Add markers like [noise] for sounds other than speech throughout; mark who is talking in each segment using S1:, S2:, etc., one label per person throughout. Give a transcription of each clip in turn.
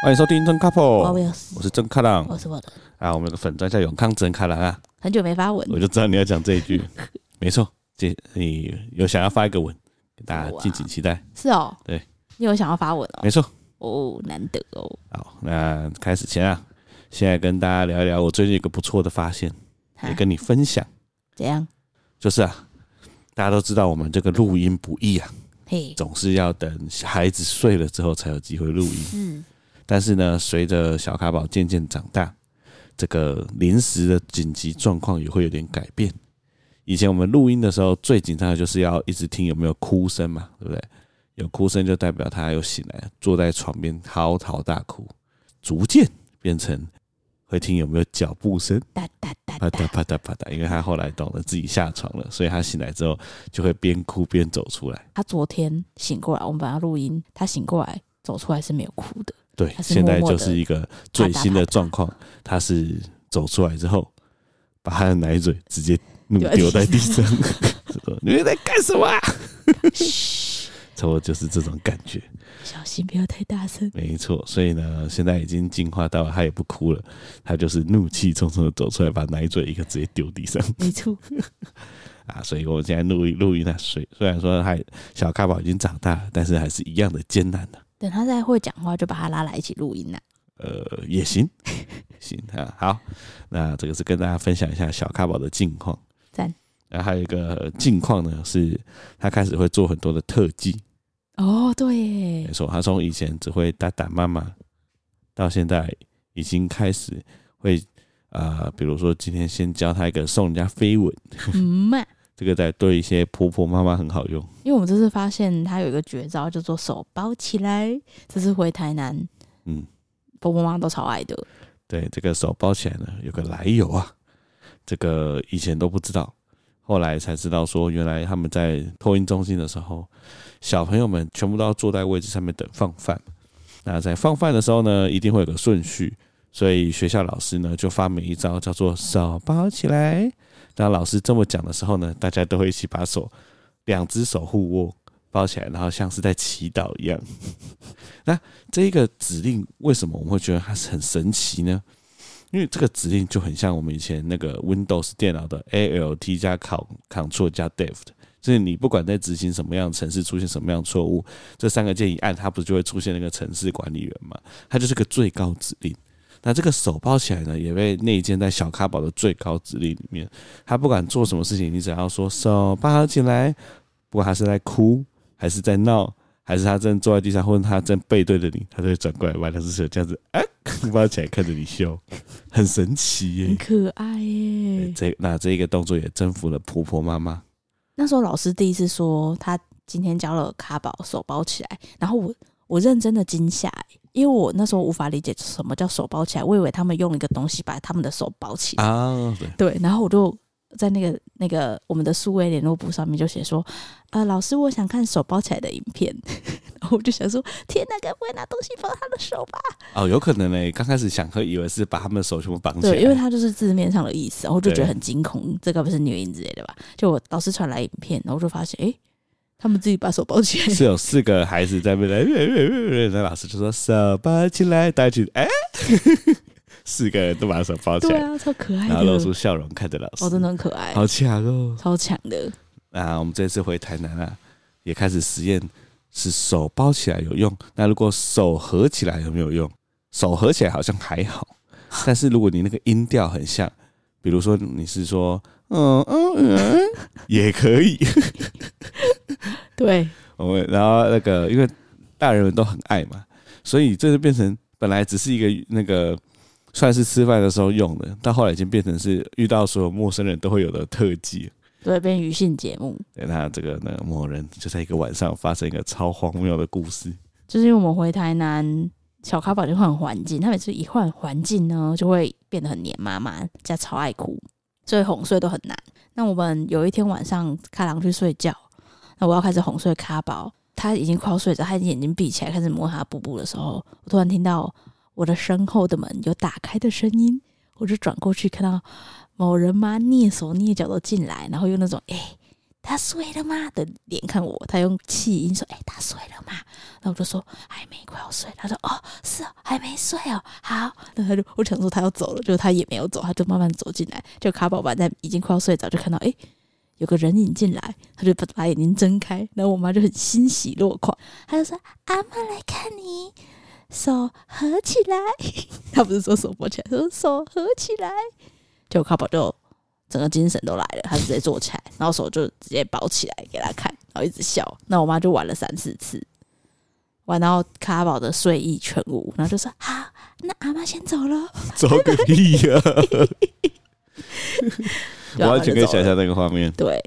S1: 欢迎收听真
S2: 哦我哦
S1: couple，
S2: 有死
S1: 我，是真开朗
S2: 我是我的，
S1: 啊，我们有个粉专叫永康真开朗啊，
S2: 很久没发文，
S1: 我就知道你要讲这一句，没错，这你有想要发一个文，给大家敬请期待，
S2: 是哦，
S1: 对，
S2: 你有想要发文
S1: 没错。
S2: 哦，哦，难得哦，
S1: 好，那开始前啊，现在跟大家聊一聊我最近有个不错的发现，
S2: 哈
S1: 也跟你分享，
S2: 怎样？
S1: 就是啊，大家都知道我们这个录音不易啊，
S2: 嘿，
S1: 总是要等孩子睡了之后才有机会录音。
S2: 是
S1: 但是呢，随着小卡宝渐渐长大，这个临时的紧急状况也会有点改变。以前我们录音的时候，最紧张的就是要一直听有没有哭声嘛，对不对？有哭声就代表他又醒来，坐在床边嚎啕大哭，逐渐变成会听有没有脚步声，啊
S2: 哒哒哒
S1: 啪
S2: 哒
S1: 嗒啪嗒啪嗒。因为他后来懂得自己下床了，所以他醒来之后就会边哭边走出来。
S2: 他昨天醒过来，我们本来要录音，他醒过来走出来是没有
S1: [laughs]
S2: 哭的，
S1: 对，
S2: 他是
S1: 现在
S2: 默默
S1: 就
S2: 地
S1: 是一个最新的状况，他是走出来之后，把他的奶嘴直接怒丢在 [laughs] 地上，说你们在干什么、啊？
S2: 嘘，
S1: 差不多就是这种感觉，
S2: 小心不要太大声，
S1: 没错。所以呢，现在已经进化到他也不哭了，他就是怒气冲冲的走出来，把奶嘴一个直接丢地上
S2: 没错，
S1: 啊！所以我们现在录音录音呢，虽虽然说还小咖宝已经长大了，但是还是一样的艰难的。
S2: 等他再会讲话，就把他拉来一起录音啊啦。
S1: 呃，也行， [laughs] 行啊，好，那这个是跟大家分享一下小咖宝的近况。
S2: 赞。
S1: 然后还有一个近况呢，是他开始会做很多的特技。
S2: 哦，对
S1: 没 [laughs]
S2: 耶，
S1: 错，他从以前只会打打骂骂，到现在已经开始会呃，比如说今天先教他一个送人家飞吻，
S2: 嗯嘛，
S1: 这个在对一些婆婆妈妈很好用。
S2: 因为我们这次发现他有一个绝招，叫做手包起来，这次回台南，
S1: 嗯，
S2: 婆婆妈妈都超爱的，
S1: 对，这个手包起来呢，有个来由啊，这个以前都不知道，后来才知道说，原来他们在托运中心的时候，小朋友们全部都要坐在位置上面等放饭。那在放饭的时候呢，一定会有个顺序，所以学校老师呢就发明一招叫做“手包起来”。当老师这么讲的时候呢，大家都会一起把手两只手互握包起来，然后像是在祈祷一样。那这一个指令为什么我们会觉得它是很神奇呢？因为这个指令就很像我们以前那个 Windows 电脑的 ALT 加 Ctrl Ctrl 加 Deft，就是你不管在执行什么样的程式，出现什么样的错误，这三个键一按，它不就会出现那个程式管理员嘛？它就是个最高指令。那这个手包起来呢，也被内建在小卡宝的最高指令里面。他不管做什么事情，你只要说手包起来，不管他是在哭还是在闹，还是他正坐在地上，或者他正背对着你，他就会转过来把两只手这样子啊，包起来看着你笑，很神奇耶、
S2: 很可爱耶。
S1: 对这那这一个动作也征服了婆婆妈妈，
S2: 那时候老师第一次说他今天教了卡宝手包起来，然后我我认真的惊吓、欸因为我那时候无法理解什么叫手包起来，我以为他们用一个东西把他们的手包起来。
S1: 啊，对，
S2: 对，然后我就在那个那个我们的数位联络簿上面就写说，呃，老师，我想看手包起来的影片。 [laughs] 然后我就想说，天哪，该不会拿东西包他的手吧？
S1: 哦，有可能呢、刚开始想喝，以为是把他们的手全部绑起来，
S2: 对，因为它就是字面上的意思，然后我就
S1: 对
S2: 觉得很惊恐，这该不是女音之类的吧？就我老师传来影片，然后我就发现，诶，他们自己把手包起来，
S1: 是有四个孩子在那边，那老师就说手包起来，大家去，哎、四个人都把手包起
S2: 对
S1: 来，
S2: 啊，超可爱
S1: 然后露出
S2: 的，
S1: 笑容看着老师，
S2: 哦，真的很可爱，
S1: 好强哦。
S2: 超强的，
S1: 那我们这次回台南啊，也开始实验是手包起来有用。那如果手合起来有没有用？手合起来好像还好，但是如果你那个音调很像，比如说你是说嗯嗯嗯，也可以。
S2: 对，
S1: 我们然后那个因为大人们都很爱嘛，所以这就变成本来只是一个那个。算是吃饭的时候用的，到后来已经变成是遇到所有陌生人都会有的特技了。
S2: 对，变娱性节目，
S1: 对，那这个呢，某人就在一个晚上发生一个超荒谬的故
S2: [laughs]
S1: 事。
S2: 就是因为我们回台南，小咖宝就换环境，他每次一换环境呢，就会变得很黏妈妈，加超爱哭，所以哄睡都很难。那我们有一天晚上，卡郎去睡觉，那我要开始哄睡咖宝，他已经快要睡着，他已经眼睛闭起来，开始摸他布布的时候，我突然听到我的身后的门有打开的声音，我就转过去看到某人妈蹑手蹑脚的进来，然后用那种哎。他睡了吗？”的脸看我，他用气音说：“哎、他睡了吗？”然后我就说：“还没，快要睡。”他说：“哦，是哦，还没睡哦，好。”那他就我想说他要走了，就他也没有走，他就慢慢走进来，就卡宝宝在已经快要睡着，就看到哎、有个人影进来，他就把把眼睛睁开，然后我妈就很欣喜若狂，她就说：“阿妈来看你，手合起来。” [laughs] 她不是说手摸起来，她说手合起来。结果卡宝就整个精神都来了，他直接坐起来，然后手就直接包起来给他看，然后一直笑。那我妈就玩了三四次，玩到卡宝的睡意全无，然后就说：“好，那阿妈先走
S1: [laughs]
S2: 了。
S1: 走个屁
S2: [laughs]
S1: 呀、
S2: 对啊
S1: 我完全可以想。
S2: 她就走了
S1: 象那个画面。
S2: 对，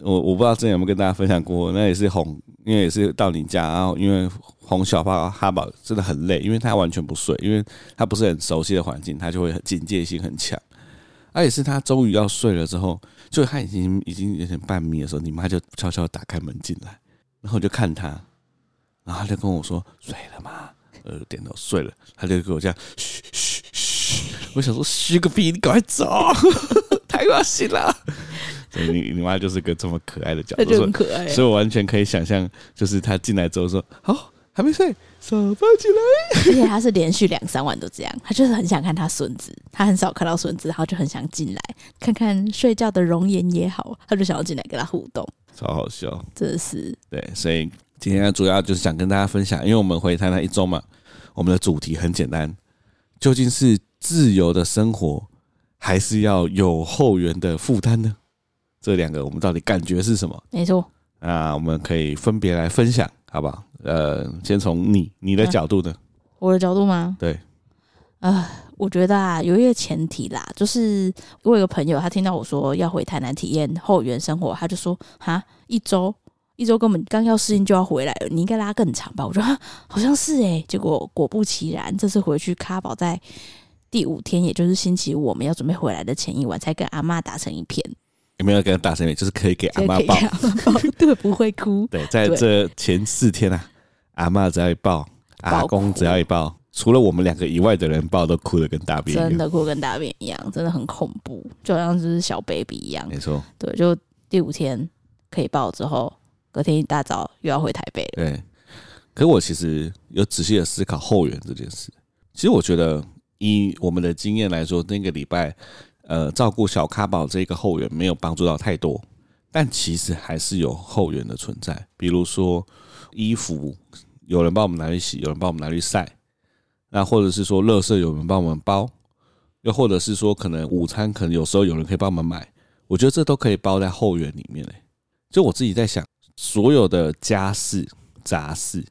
S1: 我我不知道之前有没有跟大家分享过，那也是哄，因为也是到你家，然后因为哄小宝哈宝真的很累，因为他完全不睡，因为他不是很熟悉的环境，他就会很警戒性很强。而且是他终于要睡了之后，就他已经已经有点半迷的时候，你妈就悄悄打开门进来，然后我就看他，然后他就跟我说睡了吗？呃，点头睡了，他就给我这样嘘嘘嘘，我想说嘘个屁，你赶快 [laughs] 走，太恶心了。所以你你妈就是个这么可爱的角
S2: 那
S1: 色，
S2: 就
S1: 所
S2: 很
S1: 以
S2: 可爱啊。
S1: 所以我完全可以想象，就是他进来之后说好、还没睡，手抱起来。
S2: [laughs] 而且他是连续两三晚都这样，他就是很想看他孙子，他很少看到孙子，然后就很想进来看看睡觉的容颜也好，他就想要进来跟他互动，
S1: [laughs] 超好笑。
S2: 真的是
S1: 对，所以今天主要就是想跟大家分享，因为我们回台南一周嘛，我们的主题很简单，究竟是自由的生活，还是要有后援的负担呢？这两个我们到底感觉是什么？啊
S2: 没错。
S1: 那我们可以分别来分享，好不好？呃，先从你你的角度呢？
S2: 我的角度吗？
S1: 对，
S2: 啊，我觉得啊，有一个前提啦，就是我有个朋友，他听到我说要回台南体验后援生活，他就说哈，一周一周根本刚要适应就要回来了，你应该拉更长吧？我说哈，好像是诶、结果果不其然，这次回去咖宝在第五天，也就是星期五，我们要准备回来的前一晚，才跟阿妈打成一片，
S1: 有没有跟大声一点？就是可以给阿妈
S2: 这个
S1: 抱
S2: 可以。给阿妈 [laughs] 抱，对，不会哭，
S1: 对，在
S2: 对
S1: 这前四天啊，阿妈只要一抱，阿
S2: 爆
S1: 公
S2: 哭
S1: 只要一抱，除了我们两个以外的人抱都哭得跟大便一样。
S2: 真的哭跟大便一样，真的很恐怖，就好像就是小 baby 一样。
S1: 没错，
S2: 对，就第五天可以报之后，隔天一大早又要回台北了。
S1: 对。可我其实有仔细的思考后援这件事。其实我觉得，以我们的经验来说，那个礼拜，呃，照顾小咖宝这个后援没有帮助到太多，但其实还是有后援的存在。比如说衣服，有人帮我们拿去洗，有人帮我们拿去晒，那或者是说垃圾有人帮我们包，又或者是说可能午餐可能有时候有人可以帮我们买，我觉得这都可以包在后援里面嘞、欸就我自己在想。所有的家事杂事，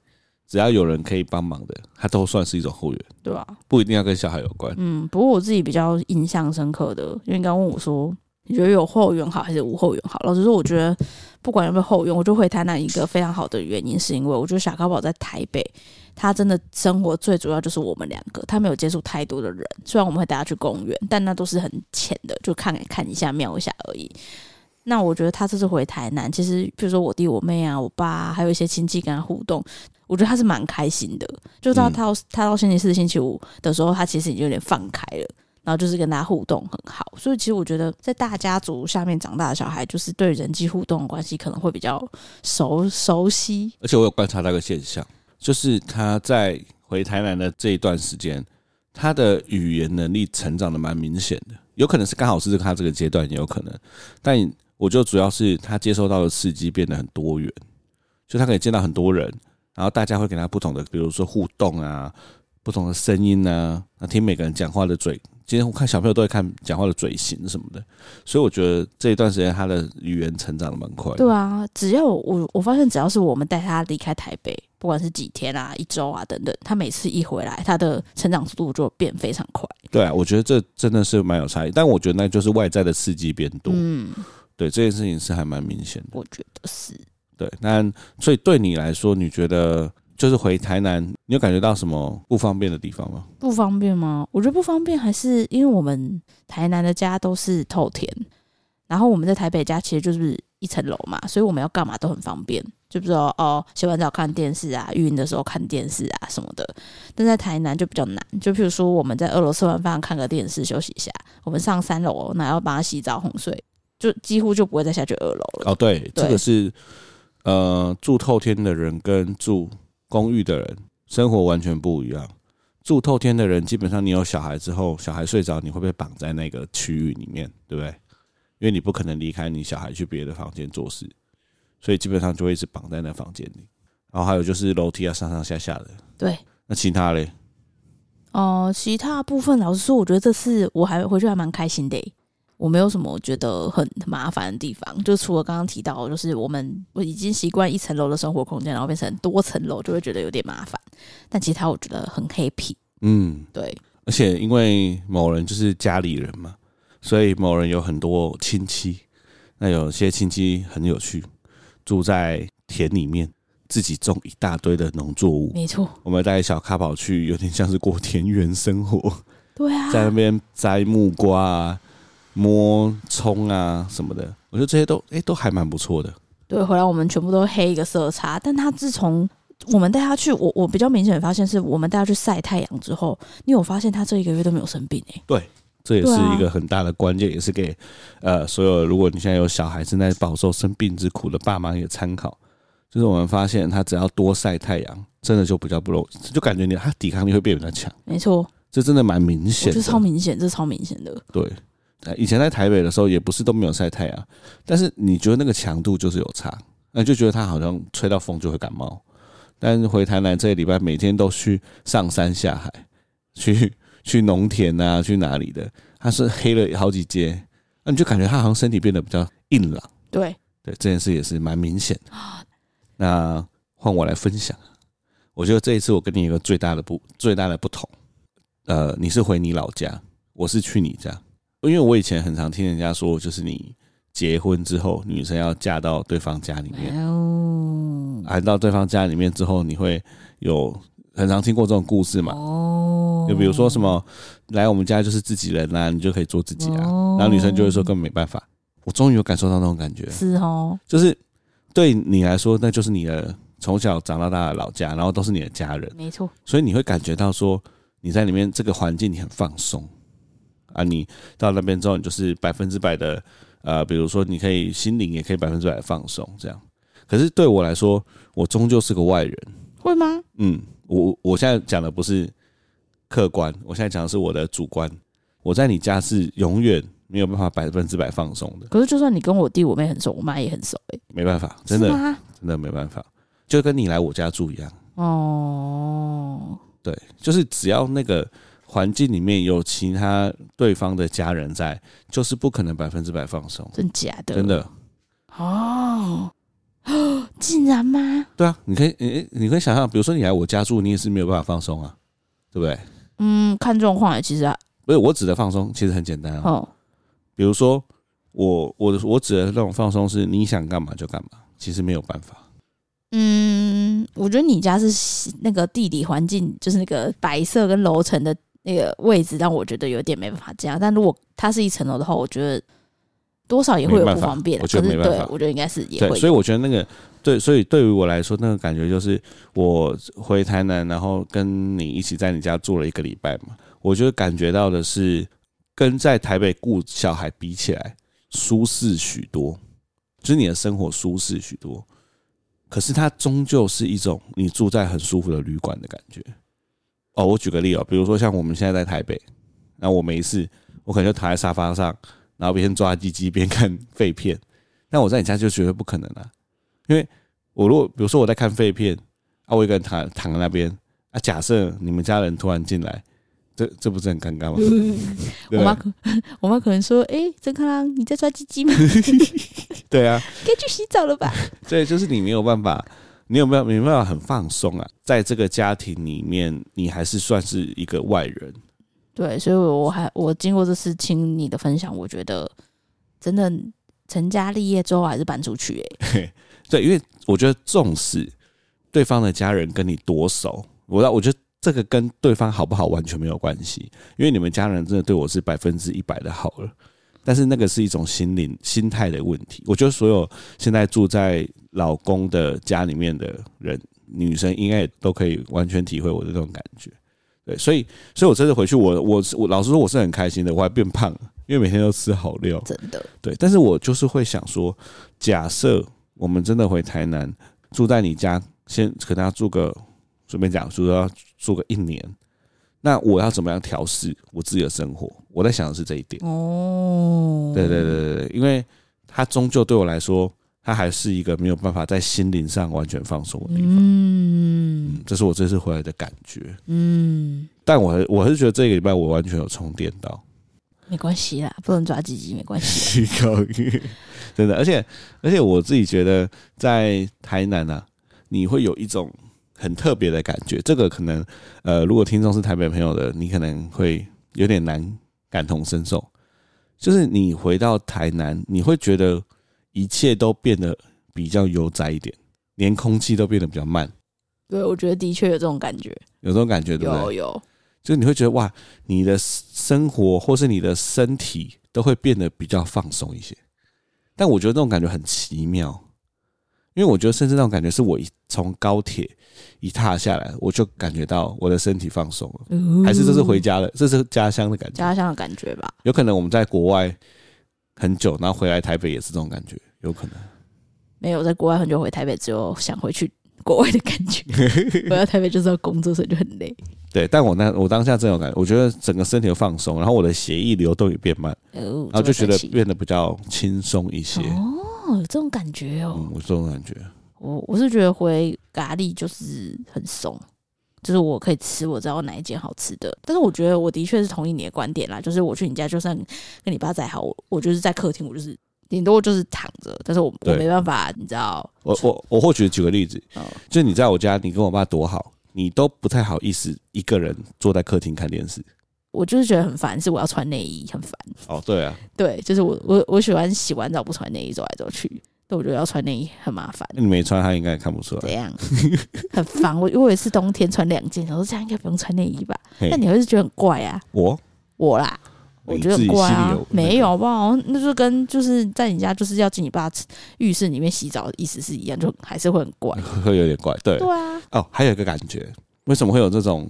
S1: 只要有人可以帮忙的，它都算是一种后援，
S2: 对吧、
S1: 不一定要跟小孩有关。
S2: 嗯，不过我自己比较印象深刻的，因为你刚问我说，你觉得有后援好还是无后援好？老实说，我觉得不管有没有后援，我就回台南一个非常好的原因，是因为我觉得小高宝在台北，他真的生活最主要就是我们两个，他没有接触太多的人。虽然我们会带他去公园，但那都是很浅的，就看看一下、瞄一下而已。那我觉得他这次回台南，其实比如说我弟、我妹啊、我爸、啊，还有一些亲戚跟他互动，我觉得他是蛮开心的。就到
S1: 嗯
S2: 他到、他到星期四、星期五的时候，他其实已经有点放开了。然后就是跟大家互动很好，所以其实我觉得在大家族下面长大的小孩，就是对人际互动的关系可能会比较熟熟悉。
S1: 而且我有观察到一个现象，就是他在回台南的这一段时间，他的语言能力成长的蛮明显的，有可能是刚好是他这个阶段，也有可能，但我就主要是他接受到的刺激变得很多元，就他可以见到很多人，然后大家会给他不同的，比如说互动啊，不同的声音啊，那听每个人讲话的嘴。今天我看小朋友都会看讲话的嘴型什么的，所以我觉得这一段时间他的语言成长的蛮快的。
S2: 对啊，只要我我发现，只要是我们带他离开台北，不管是几天啊、一周啊等等，他每次一回来，他的成长速度就变非常快。
S1: 对啊，我觉得这真的是蛮有差异，但我觉得那就是外在的刺激变多，
S2: 嗯，
S1: 对这件事情是还蛮明显的。
S2: 我觉得是。
S1: 对，那所以对你来说，你觉得就是回台南，你有感觉到什么不方便的地方吗？
S2: 不方便吗？我觉得不方便，还是因为我们台南的家都是透天，然后我们在台北家其实就是一层楼嘛，所以我们要干嘛都很方便，就比如说哦，洗完澡看电视啊，运的时候看电视啊什么的。但在台南就比较难，就譬如说我们在二楼吃完饭看个电视休息一下，我们上三楼然后帮他洗澡哄睡，就几乎就不会再下去二楼了。
S1: 哦，对，这个是呃，住透天的人跟住公寓的人生活完全不一样。住透天的人，基本上你有小孩之后，小孩睡着，你会被绑在那个区域里面，对不对？因为你不可能离开你小孩去别的房间做事，所以基本上就会一直绑在那房间里。然后还有就是楼梯要上上下下的。
S2: 对，
S1: 那其他嘞，
S2: 哦、其他部分老实说，我觉得这次我还回去还蛮开心的欸、我没有什么觉得很麻烦的地方，就除了刚刚提到，就是我们我已经习惯一层楼的生活空间，然后变成多层楼，就会觉得有点麻烦。但其他我觉得很 happy，
S1: 嗯，
S2: 对，
S1: 而且因为某人就是家里人嘛，所以某人有很多亲戚。那有些亲戚很有趣，住在田里面，自己种一大堆的农作物。
S2: 没错，
S1: 我们带小咖宝去，有点像是过田园生活，
S2: 对啊，
S1: 在那边摘木瓜啊、摸葱啊什么的。我觉得这些都哎、都还蛮不错的。
S2: 对，回来我们全部都黑一个色差。但他自从我们带他去，我我比较明显的发现是，我们带他去晒太阳之后，你有发现他这一个月都没有生病哎、
S1: 这也是
S2: 对啊
S1: 一个很大的关键，也是给呃所有如果你现在有小孩正在饱受生病之苦的爸妈也参考。就是我们发现他只要多晒太阳，真的就比较不容易，就感觉你他抵抗力会变比较强，
S2: 没错，我
S1: 这真的蛮明显
S2: 觉得超
S1: 的。
S2: 明显，这超明显的。
S1: 对，呃以前在台北的时候也不是都没有晒太阳，但是你觉得那个强度就是有差，那就觉得他好像吹到风就会感冒。但是回台南这个礼拜每天都去上山下海，去去农田啊，去哪里的，他是黑了好几阶，那你就感觉他好像身体变得比较硬朗。
S2: 对，
S1: 对这件事也是蛮明显的。那换我来分享，我觉得这一次我跟你有一个最大的不最大的不同，呃，你是回你老家，我是去你家，因为我以前很常听人家说，就是你结婚之后，女生要嫁到对方家里面，
S2: 哦
S1: 还到对方家里面之后，你会有很常听过这种故事嘛？
S2: 哦
S1: 就比如说什么来我们家就是自己人啦、你就可以做自己啊，
S2: 哦
S1: 然后女生就会说根啊本没办法。我终于有感受到那种感觉，
S2: 是哦，
S1: 就是对你来说，那就是你的从小长到大的老家，然后都是你的家人，
S2: 没错，
S1: 所以你会感觉到说你在里面这个环境你很放松啊。你到那边之后，你就是百分之百的呃，比如说你可以心灵也可以百分之百的放松这样。可是对我来说，我终究是个外人。
S2: 会吗？
S1: 嗯，我我现在讲的不是客观，我现在讲的是我的主观。我在你家是永远没有办法百分之百放松的，
S2: 可是就算你跟我弟我妹很熟，我妈也很熟哎、
S1: 没办法，真的
S2: 是吗？
S1: 真的没办法，就跟你来我家住一样。
S2: 哦，
S1: 对，就是只要那个环境里面有其他对方的家人在，就是不可能百分之百放松。
S2: 真假的？
S1: 真的，
S2: 哦，竟然吗？
S1: 对啊，你可以，你你可以想象，比如说你来我家住，你也是没有办法放松啊，对不对？
S2: 嗯，看状况哎，其实啊
S1: 不是，我指的放松其实很简单啊。
S2: 哦，
S1: 比如说，我我的我指的那种放松是你想干嘛就干嘛，其实没有办法。
S2: 嗯，我觉得你家是西那个地理环境，就是那个白色跟楼层的那个位置，让我觉得有点没办法这样。但如果它是一层楼的话，我觉得多少也会有不方便啊。
S1: 没办法我觉得
S2: 可是
S1: 没办法
S2: 对我觉得应该是也
S1: 对，
S2: 会。
S1: 所以我觉得那个对，所以对于我来说，那个感觉就是我回台南，然后跟你一起在你家住了一个礼拜嘛，我觉得感觉到的是跟在台北顾小孩比起来舒适许多，就是你的生活舒适许多。可是它终究是一种你住在很舒服的旅馆的感觉。哦，我举个例哦，比如说像我们现在在台北，那我没事，我可能就躺在沙发上，然后边抓鸡鸡边看废片。那我在你家就绝对不可能啊，因为我如果比如说我在看废片啊，我一个人躺躺在那边啊，假设你们家人突然进来，这这不是很尴
S2: [laughs]
S1: 尬吗？对
S2: 我
S1: 不
S2: 妈
S1: 对
S2: 可 [laughs] 我妈可能说：“哎、曾克郎，你在抓鸡 [laughs] 鸡吗？
S1: 对啊，
S2: 该去洗澡了吧
S1: 对，就是你没有办法，你有没有没有办法很放松啊？在这个家庭里面，你还是算是一个外人。？”
S2: 对，所以我我还我经过这次听你的分享，我觉得真的成家立业之后还是搬出去哎、
S1: [laughs] 对，因为我觉得纵使对方的家人跟你多熟，我我觉得这个跟对方好不好完全没有关系，因为你们家人真的对我是百分之一百的好了。但是那个是一种心灵心态的问题，我觉得所有现在住在老公的家里面的人，女生应该也都可以完全体会我的这种感觉。对，所以，所以我这次回去我，我是我老实说，我是很开心的，我还变胖了，因为每天都吃好料。
S2: 真的，
S1: 对，但是我就是会想说，假设我们真的回台南，住在你家，先可能要住个，随便讲，住要住个一年，那我要怎么样调试我自己的生活？我在想的是这一
S2: 嗯
S1: 点。
S2: 哦，
S1: 对对，对对对，因为它终究对我来说，它还是一个没有办法在心灵上完全放松的地方。嗯
S2: 嗯，
S1: 这是我这次回来的感觉。
S2: 嗯，
S1: 但我还我还是觉得这个礼拜我完全有充电到，
S2: 没关系啦，不能抓鸡鸡没关 [laughs] 系。
S1: 真的，而且而且我自己觉得在台南啊，你会有一种很特别的感觉。这个可能呃，如果听众是台北朋友的，你可能会有点难感同身受。就是你回到台南，你会觉得一切都变得比较悠哉一点，连空气都变得比较慢，
S2: 对，我觉得的确有这种感觉，
S1: 有这种感觉，对不对
S2: 有？有，
S1: 就是你会觉得哇，你的生活或是你的身体都会变得比较放松一些。但我觉得这种感觉很奇妙，因为我觉得甚至那种感觉是我一从高铁一踏下来，我就感觉到我的身体放松了。还是这是回家了，这是家乡的感觉。
S2: 嗯家乡的嗯感觉吧？
S1: 有可能我们在国外很久，然后回来台北也是这种感觉，有
S2: [laughs]
S1: 可能。
S2: 没有在国外很久，回台北只有想回去国外的感 [laughs] 觉。回到台北就是要工作，所以就很累。
S1: 对，但我那我当下真有感觉，我觉得整个身体都放松，然后我的血液流动也变慢，
S2: 哦，
S1: 然后就觉得
S2: 这么神奇
S1: 变得比较轻松一些。
S2: 哦，有这种感觉哦。
S1: 嗯，我这种感觉。
S2: 我我是觉得回咖喱就是很松，就是我可以吃，我知道哪一间好吃的。但是我觉得我的确是同意你的观点啦，就是我去你家，就算跟你爸再好，我我就是在客厅，我就是顶多就是躺着，但是我我
S1: 对
S2: 没办法，你知道，
S1: 我我我或许举个例子，
S2: 哦
S1: 就你在我家，你跟我爸多好，你都不太好意思一个人坐在客厅看电视。
S2: 我就是觉得很烦，是我要穿内衣
S1: [laughs]
S2: 很烦。
S1: 哦，对啊，
S2: 对，就是我我我喜欢洗完澡不穿内衣走来走去，但我觉得要穿内衣很麻
S1: [laughs]
S2: 烦。
S1: 你没穿，他应该也看不出
S2: 这
S1: 来。
S2: 样很烦，我我有一次冬天穿两件，我说这样应该不用穿内衣吧？
S1: 嘿
S2: 那你还是觉得很怪啊，
S1: 我
S2: 我啦，我觉得很
S1: 你自己
S2: 怪
S1: 心
S2: 啊
S1: 里有，
S2: 没有
S1: 那
S2: 好不好？那就跟就是在你家就是要进你爸浴室里面洗澡的意思是一样，就还是会很怪。
S1: 个会有点怪。嗯对
S2: 对啊，
S1: 哦，还有一个感觉，为什么会有这种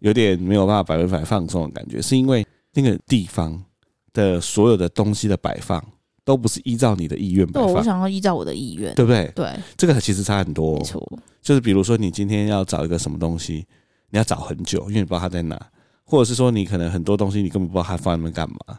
S1: 有点没有办法百分百放松的感觉？是因为那个地方的所有的东西的摆放都不是依照你的意愿摆
S2: 对，我
S1: 放，
S2: 想要依照我的意愿。
S1: 对不对？哦
S2: 对，
S1: 这个其实差很多、
S2: 没
S1: 哦。
S2: 错，
S1: 就是比如说你今天要找一个什么东西，你要找很久，因为你不知道它在哪，或者是说你可能很多东西你根本不知道它放在那边干嘛。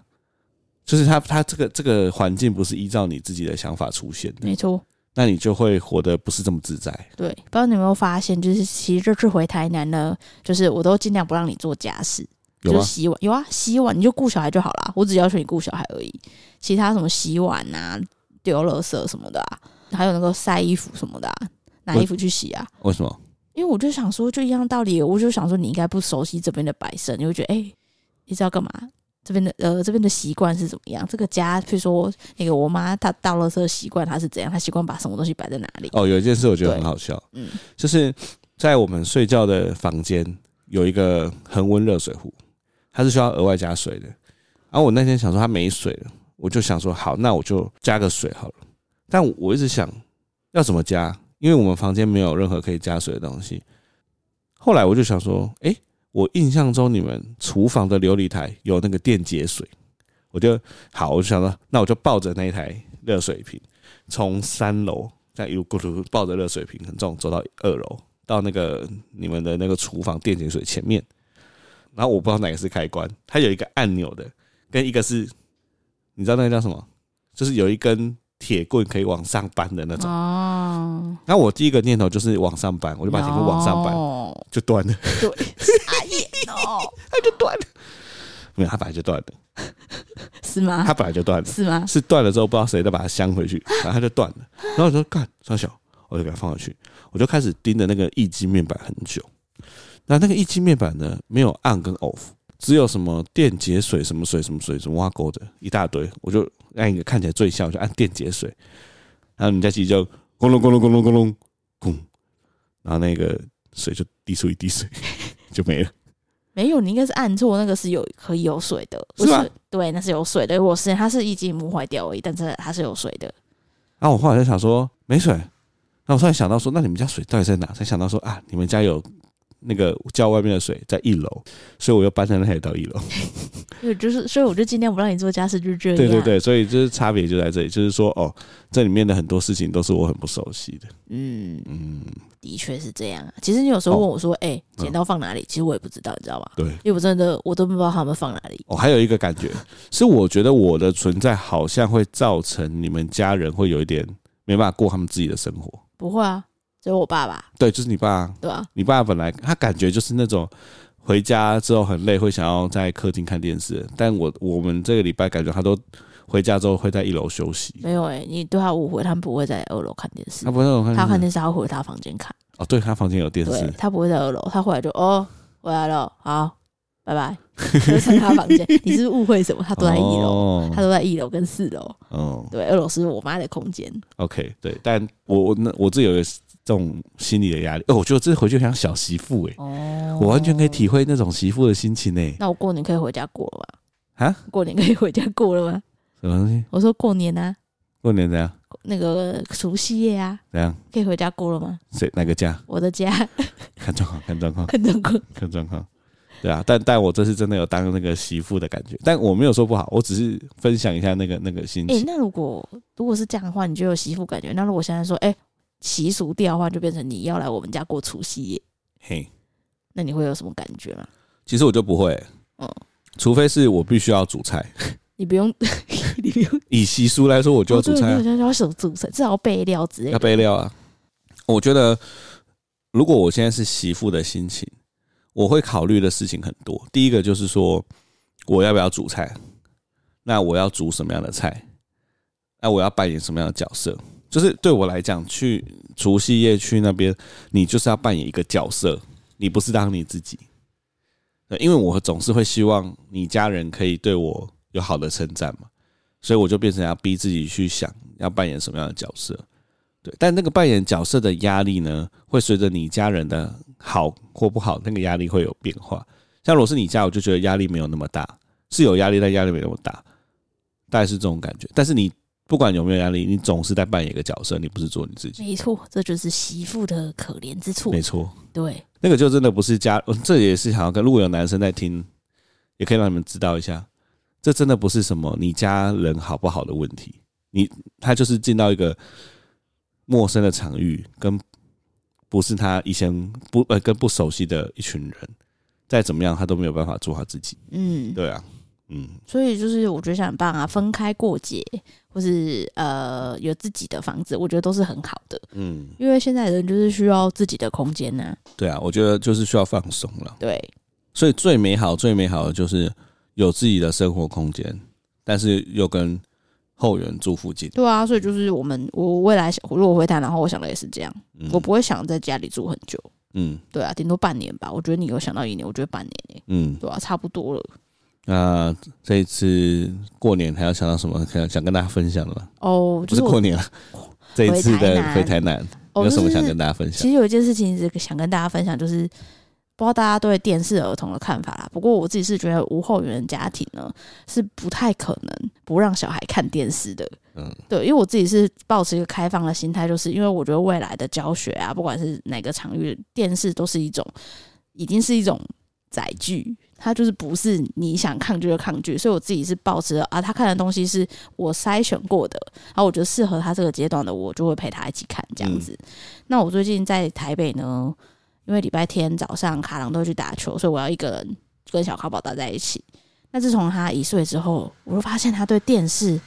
S1: 就是它它这个这个环境不是依照你自己的想法出现的，
S2: 没错。
S1: 那你就会活得不是这么自在。
S2: 对，不知道你有没有发现，就是其实这次回台南呢，就是我都尽量不让你做家事，
S1: 有
S2: 就
S1: 吗
S2: 是？洗碗有啊，洗碗你就顾小孩就好啦，我只要求你顾小孩而已，其他什么洗碗啊、丢垃圾什么的啊，还有那个晒衣服什么的、啊，拿
S1: 我
S2: 衣服去洗啊。
S1: 为什么？
S2: 因为我就想说，就一样道理，我就想说你应该不熟悉这边的摆设，你会觉得哎、你知道干嘛？这边的呃，这边的习惯是怎么样？这个家，譬如说那个我妈她倒垃圾的习惯，她是怎样？她习惯把什么东西摆在哪里？
S1: 哦，有一件事我觉得
S2: 对
S1: 很好笑，
S2: 嗯，
S1: 就是在我们睡觉的房间有一个恒温热水壶，它是需要额外加水的。然后我那天想说它没水了，我就想说好，那我就加个水好了。但我一直想要怎么加，因为我们房间没有任何可以加水的东西。后来我就想说，诶，我印象中你们厨房的琉璃台有那个电解水，我就好，我就想说，那我就抱着那一台热水瓶，从三楼这样一路咕噜抱着热水瓶很重走到二楼，到那个你们的那个厨房电解水前面。然后我不知道哪个是开关，它有一个按钮的，跟一个是，你知道那个叫什么？就是有一根铁棍可以往上扳的那种。
S2: 哦，
S1: 那我第一个念头就是往上搬，我
S2: 我
S1: 就把铁棍往上搬，就断了，
S2: 对，傻眼哦，
S1: 它就断了。没有，它本来就断了，
S2: 是吗
S1: 它？本来就断了，
S2: 是吗？
S1: 是断了之后不知道谁再把它镶回去，然后它就断了。然后我说干，算小，我就给它放回去，我就开始盯着那个易经面板很久。那那个易经面板呢，没有 on 跟 off，只有什么电解水、什么水、什么水、什么挖沟的一大堆，我就按一个看起来最像，我就按电解水，然后你家机就咕隆咕隆咕隆咕隆咕，然后那个水就滴出一滴水，就没了。
S2: 没有，你应该是按错，那个是有可以有水的，
S1: 是吗
S2: 不对，那是有水的。我是它是一积木坏掉而已，但是它是有水的。
S1: 然后我后来就啊想说没水，然后我突然想到说，那你们家水到底在哪？才想到说啊，你们家有那个叫外面的水在一楼，所以我又搬上那台到一楼。
S2: 对，就是所以我就尽量不让你做家事，就是这样。
S1: 对对，对，所以就是差别就在这里，就是说哦，这里面的很多事情都是我很不熟悉的。
S2: 嗯，
S1: 嗯，
S2: 的确是这样啊。其实你有时候
S1: 哦
S2: 问我说：“哎、剪刀放哪里？”其实我也不知道，你知道吧？
S1: 对。
S2: 因为我真的我都不知道他们放哪里。
S1: 哦，还有一个感觉是，我觉得我的存在好像会造成你们家人会有一点没办法过他们自己的生活。
S2: 不会啊，只有我爸爸，
S1: 对，就是你爸，
S2: 对吧、啊？
S1: 你爸本来他感觉就是那种回家之后很累，会想要在客厅看电视，但我我们这个礼拜感觉他都回家之后会在一楼休息。啊
S2: 没有哎、你对他误会，他们不会在二楼看电视
S1: 他，不是那种看
S2: 他看
S1: 电视
S2: 电视他会回他房间看，
S1: 哦，对他房间有电
S2: 对
S1: 视，
S2: 他不会在二楼，他回来就哦回来了，好，拜拜，
S1: [laughs]
S2: 就是在他房间。你是不是误会什么？他都在一楼，
S1: 哦
S2: 他都在一楼跟四楼，
S1: 哦
S2: 对，二楼是我妈的空间。
S1: ，OK，对，但我我那我自己有一个这种心理的压力。哦，我觉得这回去很像小媳妇哎、
S2: 哦
S1: 我完全可以。体会那种媳妇的心情哎、
S2: 那我过年可以回家过了吧？
S1: 啊，
S2: 过年可以回家过了吗？
S1: 什么东西？
S2: 我说过年啊，
S1: 过年怎样？
S2: 那个除夕夜啊，
S1: 怎样？
S2: 可以回家过了吗？
S1: 谁哪个家？
S2: 我的家
S1: [laughs] 看状况，看状况，
S2: 很难过。
S1: 看状况。对啊，但但我这次真的有当那个媳妇的感觉，但我没有说不好，我只是分享一下那个那个心
S2: 哎、
S1: 情。
S2: 那如果如果是这样的话，你就有媳妇感觉。那如果现在说，哎、习俗调换就变成你要来我们家过除夕夜，
S1: 嘿，
S2: 那你会有什么感觉吗？
S1: 其实我就不会、
S2: 嗯
S1: 除非是我必须要煮菜。
S2: 你不用， [laughs] 你不用，
S1: 以习俗来说，我就要
S2: 哦对
S1: 煮菜、啊
S2: 你，要要手煮菜，至少要备料之类
S1: 要
S2: 的。
S1: 备料啊。我觉得，如果我现在是媳妇的心情，我会考虑的事情很多。第一个就是说，我要不要煮菜？那我要煮什么样的菜？那我要扮演什么样的角色？就是对我来讲，去除夕夜去那边，你就是要扮演一个角色，你不是当你自己。对，因为我总是会希望你家人可以对我有好的称赞嘛，所以我就变成要逼自己去想要扮演什么样的角色。对，但那个扮演角色的压力呢，会随着你家人的好或不好，那个压力会有变化。像如果是你家，我就觉得压力没有那么大，是有压力，但压力没那么大，大概是这种感觉。但是你不管有没有压力，你总是在扮演一个角色，你不是做你自己。
S2: 没错，这就是媳妇的可怜之处
S1: 没。错，
S2: 对，
S1: 那个就真的不是家，呃这也是想要跟如果有男生在听，也可以让你们知道一下，这真的不是什么你家人好不好的问题，你他就是进到一个陌生的场域，跟不是他以前不呃跟不熟悉的一群人，再怎么样他都没有办法做好自己。
S2: 嗯，
S1: 对啊，嗯，
S2: 所以就是我觉得很棒啊，分开过节，或是呃有自己的房子，我觉得都是很好的，
S1: 嗯，
S2: 因为现在人就是需要自己的空间呐、
S1: 对啊，我觉得就是需要放松了。
S2: 对，
S1: 所以最美好、最美好的就是有自己的生活空间，但是又跟后援住附近。
S2: 对啊，所以就是我们，我未来想，如果回台，然后我想的也是这样，
S1: 嗯
S2: 我不会想在家里住很久，
S1: 嗯
S2: 对啊，顶多半年吧。我觉得你有想到一年，我觉得半年欸
S1: 嗯，
S2: 对啊，差不多了。
S1: 那这一次过年还要想到什么想想跟大家分享的吗？
S2: 哦，
S1: 不
S2: 就是是
S1: 过
S2: 我，
S1: 年了，这一次
S2: 回台
S1: 的
S2: 南
S1: 回台南
S2: 哦，
S1: 有什么
S2: 就
S1: 想
S2: 是
S1: 跟大家分享
S2: 其？实有一件事情是想跟大家分享，就是不知道大家对电视儿童的看法啦。不过我自己是觉得无后援家庭呢是不太可能不让小孩看电视的。
S1: 嗯
S2: 对，因为我自己是抱持一个开放的心态，就是因为我觉得未来的教学啊，不管是哪个场域，电视都是一种，已经是一种载具，它就是不是你想抗拒就抗拒。所以我自己是抱持啊，他看的东西是我筛选过的，然后我觉得适合他这个阶段的，我就会陪他一起看这样子。那我最近在台北呢，因为礼拜天早上卡郎都会去打球，所以我要一个人跟小卡宝待在一起。那自从他一岁之后，我就发现他对电视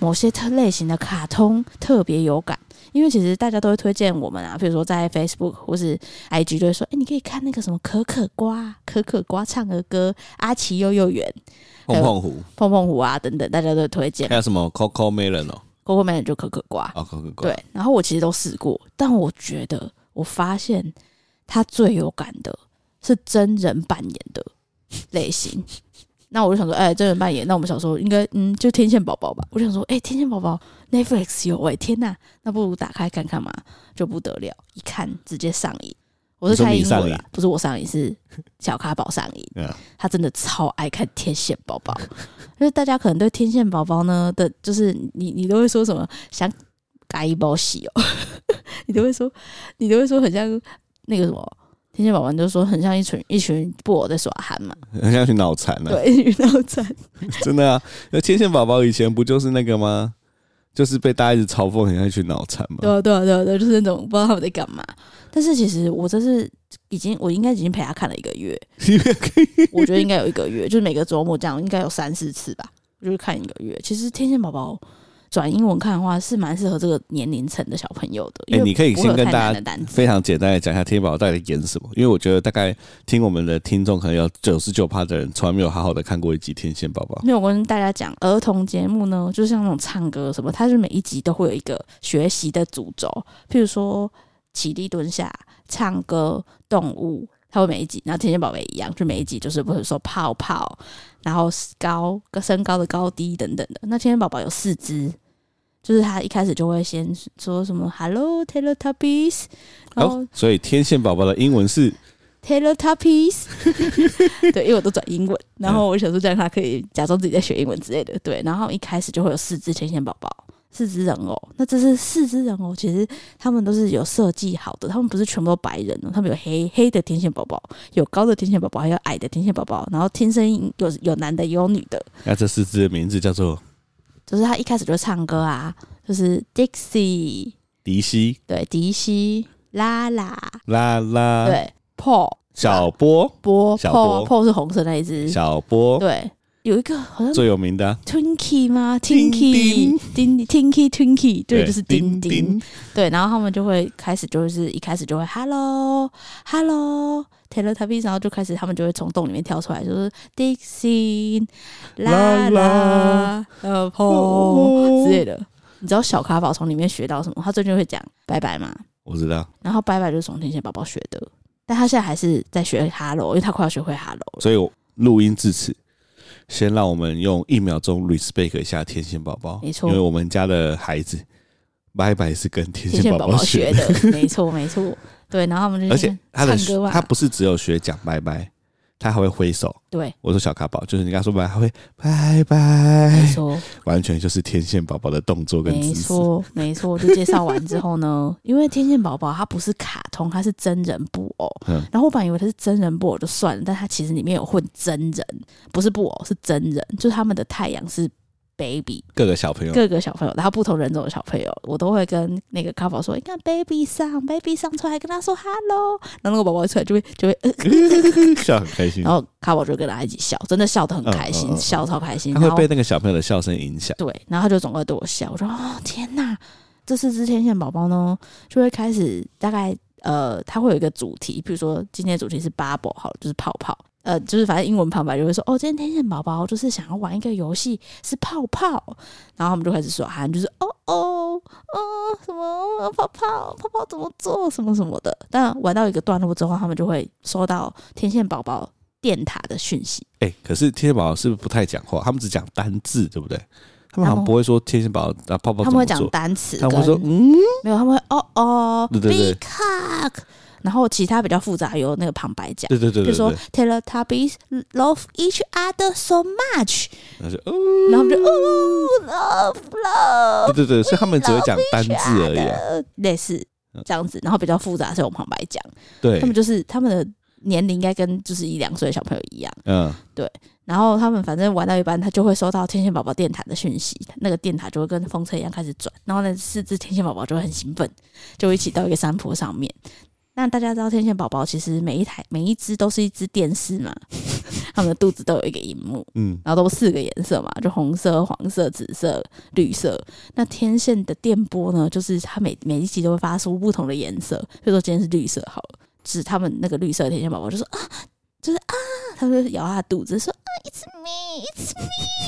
S2: 某些特类型的卡通特别有感。因为其实大家都会推荐我们啊，比如说在 Facebook 或是 IG 就会说，哎、你可以看那个什么可可瓜、可可瓜唱儿歌、啊阿奇幼幼园、
S1: 碰碰胡
S2: 碰碰虎啊等等，大家都会推荐
S1: 还。有什么 Coco Melon 哦，
S2: Coco m 就可可瓜，
S1: 哦 Coco 瓜
S2: 对，然后我其实都试过，但我觉得我发现他最有感的是真人扮演的类型。那我就想说，哎、真人扮演，那我们小时候应该，嗯，就天线宝宝吧。我就想说，哎、天线宝宝 Netflix 有哎、天呐，那不如打开看看嘛，就不得了，一看直接上瘾。我是
S1: 你说
S2: 开
S1: 你
S2: 英文
S1: 上
S2: 啦，不是我上瘾，是小咖宝上瘾。
S1: [laughs] 嗯
S2: 他真的超爱看《天线宝 [laughs] 宝》，因为大家可能对《天线宝宝》呢的，就是你你都会说什么想 [laughs] 改一包洗哦，你都会说你都会说很像那个什么《天线宝宝就说很像一群一群布偶在耍憨嘛，
S1: 很像去脑残了，
S2: 对， [laughs] 遇到惨。
S1: 真的啊！那天线宝宝以前不就是那个吗？就是被大家一直嘲讽，很像去脑残 [laughs]
S2: 对
S1: 嘛。
S2: 啊，对啊，对啊，对啊，就是那种不知道他们在干嘛。但是其实我这是已经，我应该已经陪他看了一个 [laughs] 月，我觉得应该有一个月，就是每个周末这样，应该有三四次吧，我就是看一个月。其实天线宝宝转英文看的话，是蛮适合这个年龄层的小朋友的，因
S1: 哎，
S2: 为
S1: 你可以
S2: 不会
S1: 先
S2: 有
S1: 跟
S2: 太
S1: 大
S2: 难
S1: 家
S2: 的单词。
S1: 非常简单的讲一下天线宝宝到底在演什么，因为我觉得大概听我们的听众可能有九十九趴的人从来没有好好的看过一集天线宝宝。
S2: 没有我跟大家讲，儿童节目呢，就像那种唱歌什么，它是每一集都会有一个学习的主轴，譬如说起立、蹲下、唱歌、动物，它会每一集。然后天线宝贝一样，就每一集就是不是说泡泡，然后高身高的高低等等的。那天线宝宝有四只。就是他一开始就会先说什么 “Hello Teletubbies”，然后
S1: 哦，所以天线宝宝的英文是 [laughs]
S2: Teletubbies，对，因为我都转英文，然
S1: 嗯
S2: 后我想说这样他可以假装自己在学英文之类的，对。然后一开始就会有四只天线宝宝，四只人偶。那这是四只人偶，其实他们都是有设计好的，他们不是全部都白人哦，他们有黑黑的天线宝宝，有高的天线宝宝，还有矮的天线宝宝，然后天生有有男的也有女的，
S1: 那这四只的名字叫做
S2: 就是他一开始就会唱歌啊，就是 Dixie，
S1: 迪西、
S2: 对，迪西、拉拉，
S1: 拉拉、
S2: 对，Paul、
S1: 啊小波、
S2: 波、
S1: 小
S2: Paul、
S1: 波
S2: Paul 是红色那一只，
S1: 小波，
S2: 对，有一个好像
S1: 哦最有名的啊
S2: Twinkie 吗
S1: 叮
S2: ？Tinky 叮 Tinky Twinkie，对，就是叮
S1: 叮
S2: 叮。对，然后他们就会开始，就是一开始就会 Hello Hello Teletubbies，然后就开始他们就会从洞里面跳出来，就是 Dixie 啦
S1: 啦
S2: 啦
S1: 啦
S2: 呃
S1: 哦
S2: Po 之类的。你知道小卡宝从里面学到什么？他最近会讲拜拜嘛，
S1: 我知道，
S2: 然后拜拜就是从天线宝宝学的，但他现在还是在学 Hello，因为他快要学会 Hello 了。
S1: 所以我录音至此，先让我们用一秒钟 respect 一下天线宝宝，
S2: 没错
S1: 因为我们家的孩子拜拜是跟天
S2: 天
S1: 线
S2: 线
S1: 宝
S2: 宝宝
S1: 学
S2: 学，的，没错没错，对，然后他们
S1: [laughs]
S2: 就
S1: 而且他的
S2: 唱歌啊吧
S1: 他不是只有学讲拜拜，他还会挥手。
S2: 对，
S1: 我说小卡宝，就是你跟他说拜拜，他会拜拜
S2: 没，错
S1: 完全就是天线宝宝的动作哎跟
S2: 没
S1: 姿势。
S2: 错没错。就介绍完之后呢，因为天线宝宝它不是卡通，它是真人布偶。
S1: 嗯
S2: 然后我本来以为它是真人布偶就算了，但它其实里面有混真人，不是布偶是真人，就是他们的太阳是 baby，
S1: 各个小朋友，
S2: 各个小朋友，然后不同人种的小朋友，我都会跟那个咖宝说：“你看 baby 上，baby 上出来跟他说 hello。”然后那个宝宝一出来就会就
S1: 嗯
S2: 会，呃
S1: 笑很开心
S2: 然，后咖宝就跟他一起笑，真的笑得很开心，
S1: 嗯嗯嗯嗯
S2: 笑超开心。
S1: 他
S2: 然
S1: 会
S2: 后
S1: 被那个小朋友的笑声影响。
S2: 对，然后他就总会对我笑，我说哦天哪，这四只天线宝宝呢，就会开始大概呃，它会有一个主题，比如说今天的主题是 bubble 好了，就是泡泡，呃，就是反正英文旁白就会说哦，今天天线宝宝就是想要玩一个游戏是泡泡，然后他们就开始耍憨，就是哦哦哦什么泡泡泡泡怎么做什么什么的，但玩到一个段落之后，他们就会收到天线宝宝电塔的讯息，
S1: 哎、可是天线宝宝是不是不太讲话？他们只讲单字，对不对？他
S2: 他
S1: 们
S2: 们
S1: 好像不会说天线宝宝啊泡泡
S2: 他
S1: 怎
S2: 们会
S1: 么
S2: 讲
S1: 做，
S2: 单词，
S1: 他们会说嗯，
S2: 没有，他们会哦哦
S1: 对对对
S2: b e cock，然后其他比较复杂有那个旁白讲，
S1: 对对对
S2: 就
S1: 对
S2: 说
S1: 对，
S2: Teletubbies love each other so much，
S1: 然后就
S2: 然后他们就
S1: 嗯，
S2: 哦 love love，
S1: 对对对，所以他们
S2: 哦
S1: 只会讲单字而已、啊。
S2: 呃，类似这样子，然后比较复杂是用旁白讲，
S1: 对
S2: 他，们就是他们的年龄应该跟就是一两岁的小朋友一样。
S1: 嗯，
S2: 然后他们反正玩到一半，他就会收到天线宝宝电塔的讯息，那个电塔就会跟风车一样开始转，然后那四只天线宝宝就会很兴奋，就会一起到一个山坡上面。 [laughs] 那大家知道天线宝宝其实每一台每一只都是一只电视嘛， [laughs] 他们的肚子都有一个荧幕，
S1: 嗯，
S2: 然后都四个颜色嘛，就红色、黄色、紫色、绿色。那天线的电波呢，就是它每每一集都会发出不同的颜色，比如说今天是绿色好了，指他们那个绿色的天线宝宝就说啊，就是啊，他们就咬他的肚子说啊，it's me，it's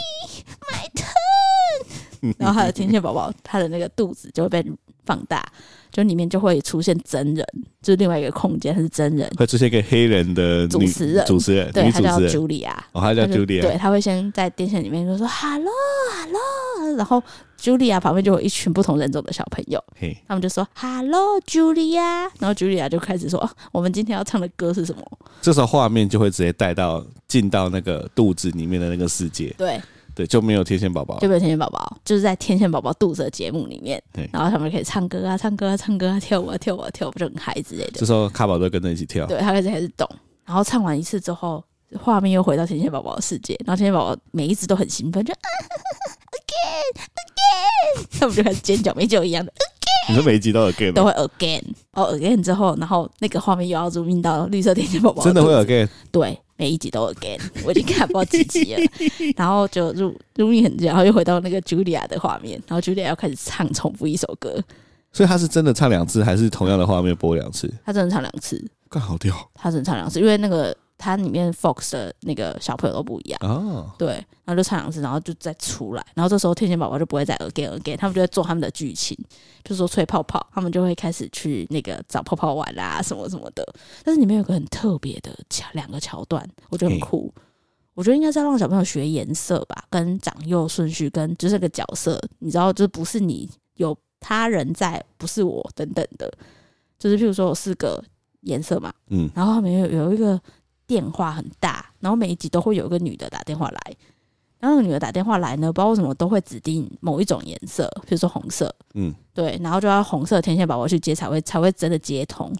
S2: me，my turn。然后他的天线宝宝，他的那个肚子就会被放大，就里面就会出现真人，就是另外一个空间，它是真人，
S1: 会出现一个黑人的
S2: 主
S1: 女
S2: 持人
S1: 主持人，
S2: 对，
S1: 女
S2: 他
S1: 啊主
S2: 叫
S1: 持人，
S2: Julia。
S1: 哦，她叫
S2: 他就
S1: Julia，
S2: 对，他会先在电线里面就说 “hello hello”，然后 Julia 旁边就有一群不同人种的小朋友，
S1: 嘿，
S2: 他们就说 “hello Julia”，然后 Julia 就开始说：“哦，我们今天要唱的歌是什么
S1: 这时候画面就会直接带到进到那个肚子里面的那个世界？”，
S2: 对，
S1: 对，就没有天线宝宝
S2: 就。没有天线宝宝，就是在天线宝宝肚子的节目里面
S1: 对，
S2: 然后他们可以唱歌啊，唱歌啊，唱歌啊，跳舞啊，跳舞啊，跳舞就很嗨之类的。
S1: 这时候卡宝都跟着一起跳，
S2: 对他开始开始懂，然后唱完一次之后，画面又回到天线宝宝的世界，然后天线宝宝每一只都很兴奋，就 [laughs] again again，他们就开始尖叫，没救一样的
S1: 你说每一集都有 gay
S2: 都
S1: 吗？
S2: 会 again，哦 again 之后，然后那个画面又要入命到绿色天线宝宝，
S1: 真的会有 gay？
S2: 对，每一集都 again，我已经看不到几
S1: [laughs]
S2: 集了。然后就入入迷很久，然后又回到那个 Julia 的画面，然后 Julia 要开始唱重复一首歌，
S1: 所以他是真的唱两次，还是同样的画面播两次？
S2: 她只能唱两次，
S1: 干好屌
S2: 她只能唱两次，因为那个它里面 Fox 的那个小朋友都不一样。
S1: 哦！
S2: 对，然后就唱两次，然后就再出来，然后这时候天线宝宝就不会再 again again，他们就会做他们的剧情，就说吹泡泡，他们就会开始去那个找泡泡玩啦、什么什么的。但是里面有个很特别的桥，两个桥段，我觉得很
S1: 嘿
S2: 酷。我觉得应该是要让小朋友学颜色吧，跟长幼顺序，跟就是这个角色，你知道，就是不是你有他人在，不是我等等的，就是譬如说有四个颜色嘛，
S1: 嗯，
S2: 然后他们有有一个电话很大，然后每一集都会有一个女的打电话来，然后那个女的打电话来呢，不知道为什么都会指定某一种颜色，比如说红色，
S1: 嗯，
S2: 对，然后就要红色天线宝宝去接才会才会真的接通，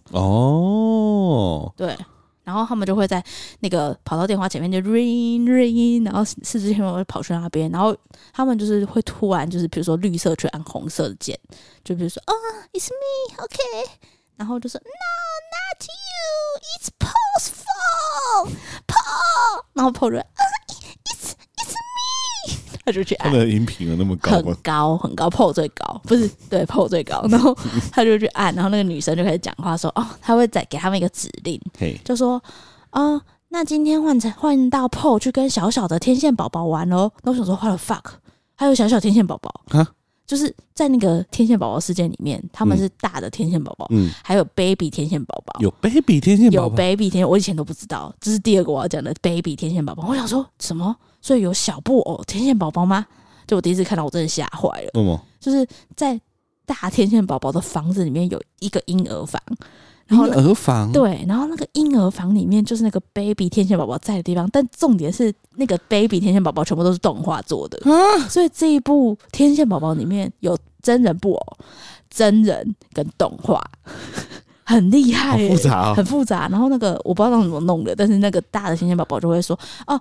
S1: 哦，
S2: 对。然后他们就会在那个跑到电话前面就 ring ring，然后四只天线宝宝会跑去那边，然后他们就是会突然就是比如说绿色去按红色的键，就比如说啊、i t s me，OK，、然后就说 No，not you，It's Paul's fault，Paul，然后 Paul 就啊、i t s It's me，他就去
S1: 他
S2: 按
S1: 们。的音频有那么高
S2: 很
S1: 吗？
S2: 高很高，PO 最高，不是对 PO 最高，然后他就去按，然后那个女生就开始讲话说，哦，他会再给他们一个指令，
S1: 嘿，
S2: 就说，哦，那今天换成换到 PO 去跟小小的天线宝宝玩喽。那我想说，what the fuck，还有小小天线宝宝
S1: 啊，
S2: 就是在那个天线宝宝事件里面，他们
S1: 嗯
S2: 是大的天线宝宝，
S1: 嗯，
S2: 还有 baby 天线宝宝，
S1: 有 baby 天线宝
S2: 有
S1: 宝，
S2: baby 天线，我以前都不知道，这是第二个我要讲的 baby 天线宝宝。我想说什么？所以有小布偶天线宝宝吗？就我第一次看到，我真的吓坏了。
S1: 为什么？
S2: 就是在大天线宝宝的房子里面有一个婴儿房，然后
S1: 婴
S2: 呢
S1: 儿房，
S2: 对，然后那个婴儿房里面就是那个 baby 天线宝宝在的地方，但重点是那个 baby 天线宝宝全部都是动画做的，
S1: 啊
S2: 所以这一部天线宝宝里面有真人布偶、真人跟动画，很厉害、
S1: 好
S2: 欸，
S1: 复杂哦。
S2: 很复杂。然后那个我不知道怎么弄的，但是那个大的天线宝宝就会说：“哦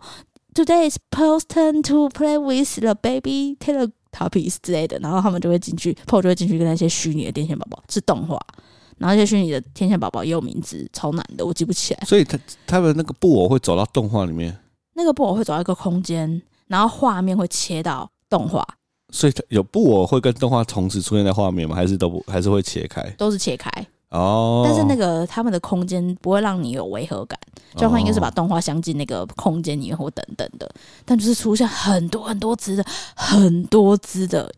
S2: ，Today is Paul's turn to play with the baby Taylor puppies 之类的。”然后他们就会进去，Paul 就会进去跟那些虚拟的天线宝宝是动画，然后那些虚拟的天线宝宝也有名字，超难的，我记不起来。
S1: 所以他他们那个布偶会走到动画里面，
S2: 那个布偶会走到一个空间，然后画面会切到动画，
S1: 所以它有布偶会跟动画同时出现在画面吗？还是都不还是会切开？
S2: 都是切开，
S1: 哦，
S2: 但是那个他们的空间不会让你有违和感。交换
S1: 哦
S2: 应该是把动画镶进那个空间里面或等等的，但就是出现很多很多只的很多只的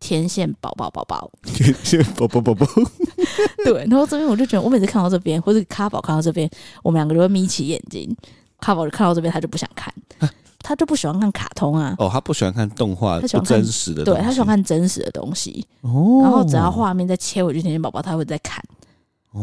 S2: 天线宝宝宝宝。
S1: [laughs] 不不不不，嗯
S2: 对，然后这边我就觉得，我每次看到这边，或是卡宝看到这边，我们两个就会眯起眼睛。卡宝就看到这边，他就不想看，他就不喜欢看卡通啊，
S1: 哦，他不喜欢看动画，
S2: 他喜
S1: 不
S2: 欢看
S1: 真实的东
S2: 对
S1: 西，
S2: 他喜欢看真实的东西。
S1: 哦，
S2: 然后只要画面再切回去，天线宝宝他会再看。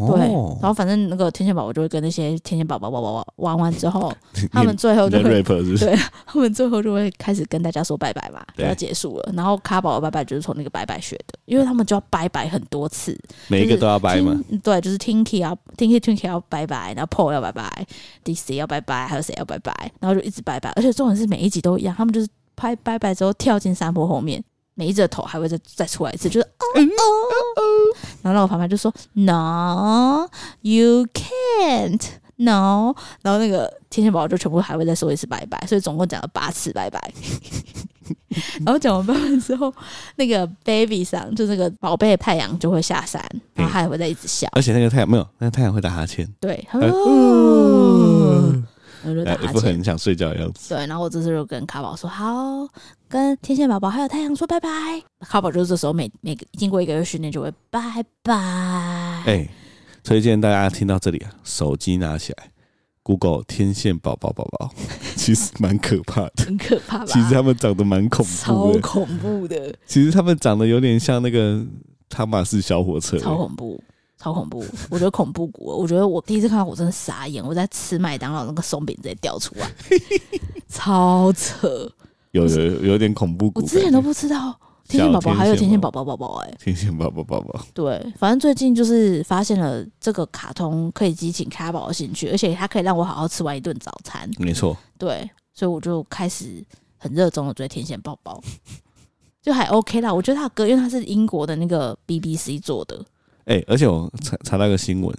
S2: 对，然
S1: 哦，
S2: 后反正那个天线宝宝就会跟那些天线宝宝宝宝玩完之后，
S1: [laughs] 你
S2: 他们最后
S1: 你
S2: 就
S1: 在
S2: 会
S1: rap 是不是？
S2: 对 [laughs] 他们最后就会开始跟大家说拜拜嘛，
S1: 对
S2: 要结束了。然后卡宝的拜拜就是从那个拜拜学的，因为他们就要拜拜很多次。
S1: 每一个都要掰嘛，
S2: 听对，就是 Tinky 要 Tinky Twinky 要拜拜，然后 Paul 要拜拜，DC 要拜拜，还有谁要拜拜，然后就一直拜拜。而且重点是每一集都一样，他们就是拍拜拜之后跳进山坡后面，每一只的头还会再再出来一次，就是哦哦。
S1: 嗯
S2: 然后那我旁边就说 No, you can't. No，然后那个天线宝宝就全部还会再说一次拜拜，所以总共讲了八次
S1: [laughs]
S2: 拜拜。然后讲完拜拜之后，那个 baby 上就那个宝贝太阳就会下山，
S1: 嗯
S2: 然后他也会在一直笑，
S1: 而且那个太阳没有，那个太阳会打哈欠，
S2: 对，他
S1: 哎
S2: 说哦，然后就打
S1: 哎
S2: 哈
S1: 不
S2: 欠。
S1: 很想睡觉的样子。
S2: 对，然后我这次就跟卡宝说好，跟天线宝宝还有太阳说拜拜。卡宝就是这时候每每个经过一个月训练就会拜拜。
S1: 哎，推荐大家听到这里啊，手机拿起来，Google 天线宝宝宝宝，其实蛮可怕的。
S2: 很可怕吧？
S1: 其实他们长得蛮恐
S2: 超
S1: 怖欸的，
S2: 恐怖的，
S1: 其实他们长得有点像那个汤马士小火车、
S2: 超恐怖，超恐怖！我觉得恐怖谷，我觉得我第一次看到我真的 [laughs] 傻眼，我在吃麦当劳那个松饼直接掉出来，超扯。
S1: 有有有点恐怖谷
S2: 我
S1: 感觉。
S2: 之前都不知道天线宝宝还有天线宝宝宝宝哎、
S1: 天线宝宝宝宝，
S2: 对，反正最近就是发现了这个卡通可以激起卡宝的兴趣，而且它可以让我好好吃完一顿早餐。
S1: 没错，
S2: 对，所以我就开始很热衷的追天线宝宝，就还 OK 啦。我觉得他的歌，因为他是英国的那个 BBC 做的， [laughs]
S1: 哎、而且我查查到一个新闻，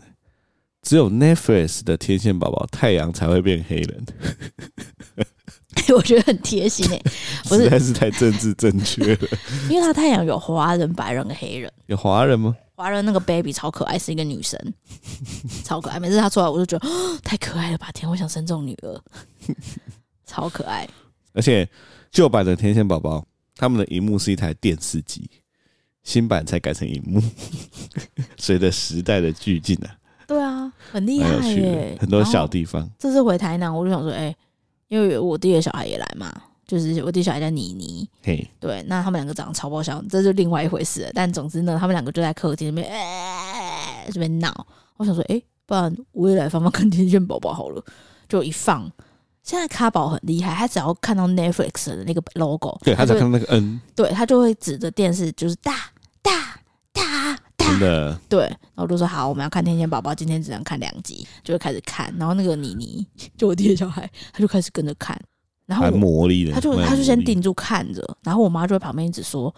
S1: 只有 Netflix 的天线宝宝太阳才会变黑人，
S2: 我觉得很贴心 [laughs] 诶、不是
S1: 实在是太政治正确了。 [laughs]
S2: 因为他太阳有华人、白人跟黑人。
S1: 有华人吗？
S2: 华人那个 baby 超可爱，是一
S1: [laughs]
S2: 个女生，超可爱。每次她出来，我就觉得 [gasps] 哦太可爱了吧！天，我想生这种女儿， [laughs] 超可爱。
S1: 而且旧版的天线宝宝，他们的荧幕是一台电视机，新版才改成荧幕。 [laughs] 随着时代的俱进啊，
S2: 对啊，很厉
S1: 蛮有
S2: 害
S1: 趣的
S2: 耶，，
S1: 很多
S2: 然
S1: 小
S2: 后
S1: 地方。
S2: 这次回台南，我就想说，哎、因为我弟的小孩也来嘛，就是我弟小孩叫妮妮，
S1: 嘿，
S2: 对，那他们两个长得超爆笑，这就另外一回事了。但总之呢，他们两个就在客厅里面，哎、这边闹。我想说，哎、不然我也来放放看《天线宝宝》好了。就一放，现在卡宝很厉害，他只要看到 Netflix 的那个 logo，
S1: 对他只
S2: 就
S1: 要看
S2: 会
S1: 到那个嗯 N，
S2: 对他就会指着电视就是大大大
S1: 真
S2: 大，
S1: 的
S2: 对。然后我就说好，我们要看《天线宝宝》，今天只能看两集，就会开始看。然后那个妮妮，就我弟的小孩，他就开始跟着看。然后
S1: 蛮
S2: 我
S1: 魔力的。
S2: 他就
S1: 蛮有
S2: 他就
S1: 魔
S2: 先
S1: 力
S2: 定住看着，然后我妈就在旁边一直说：“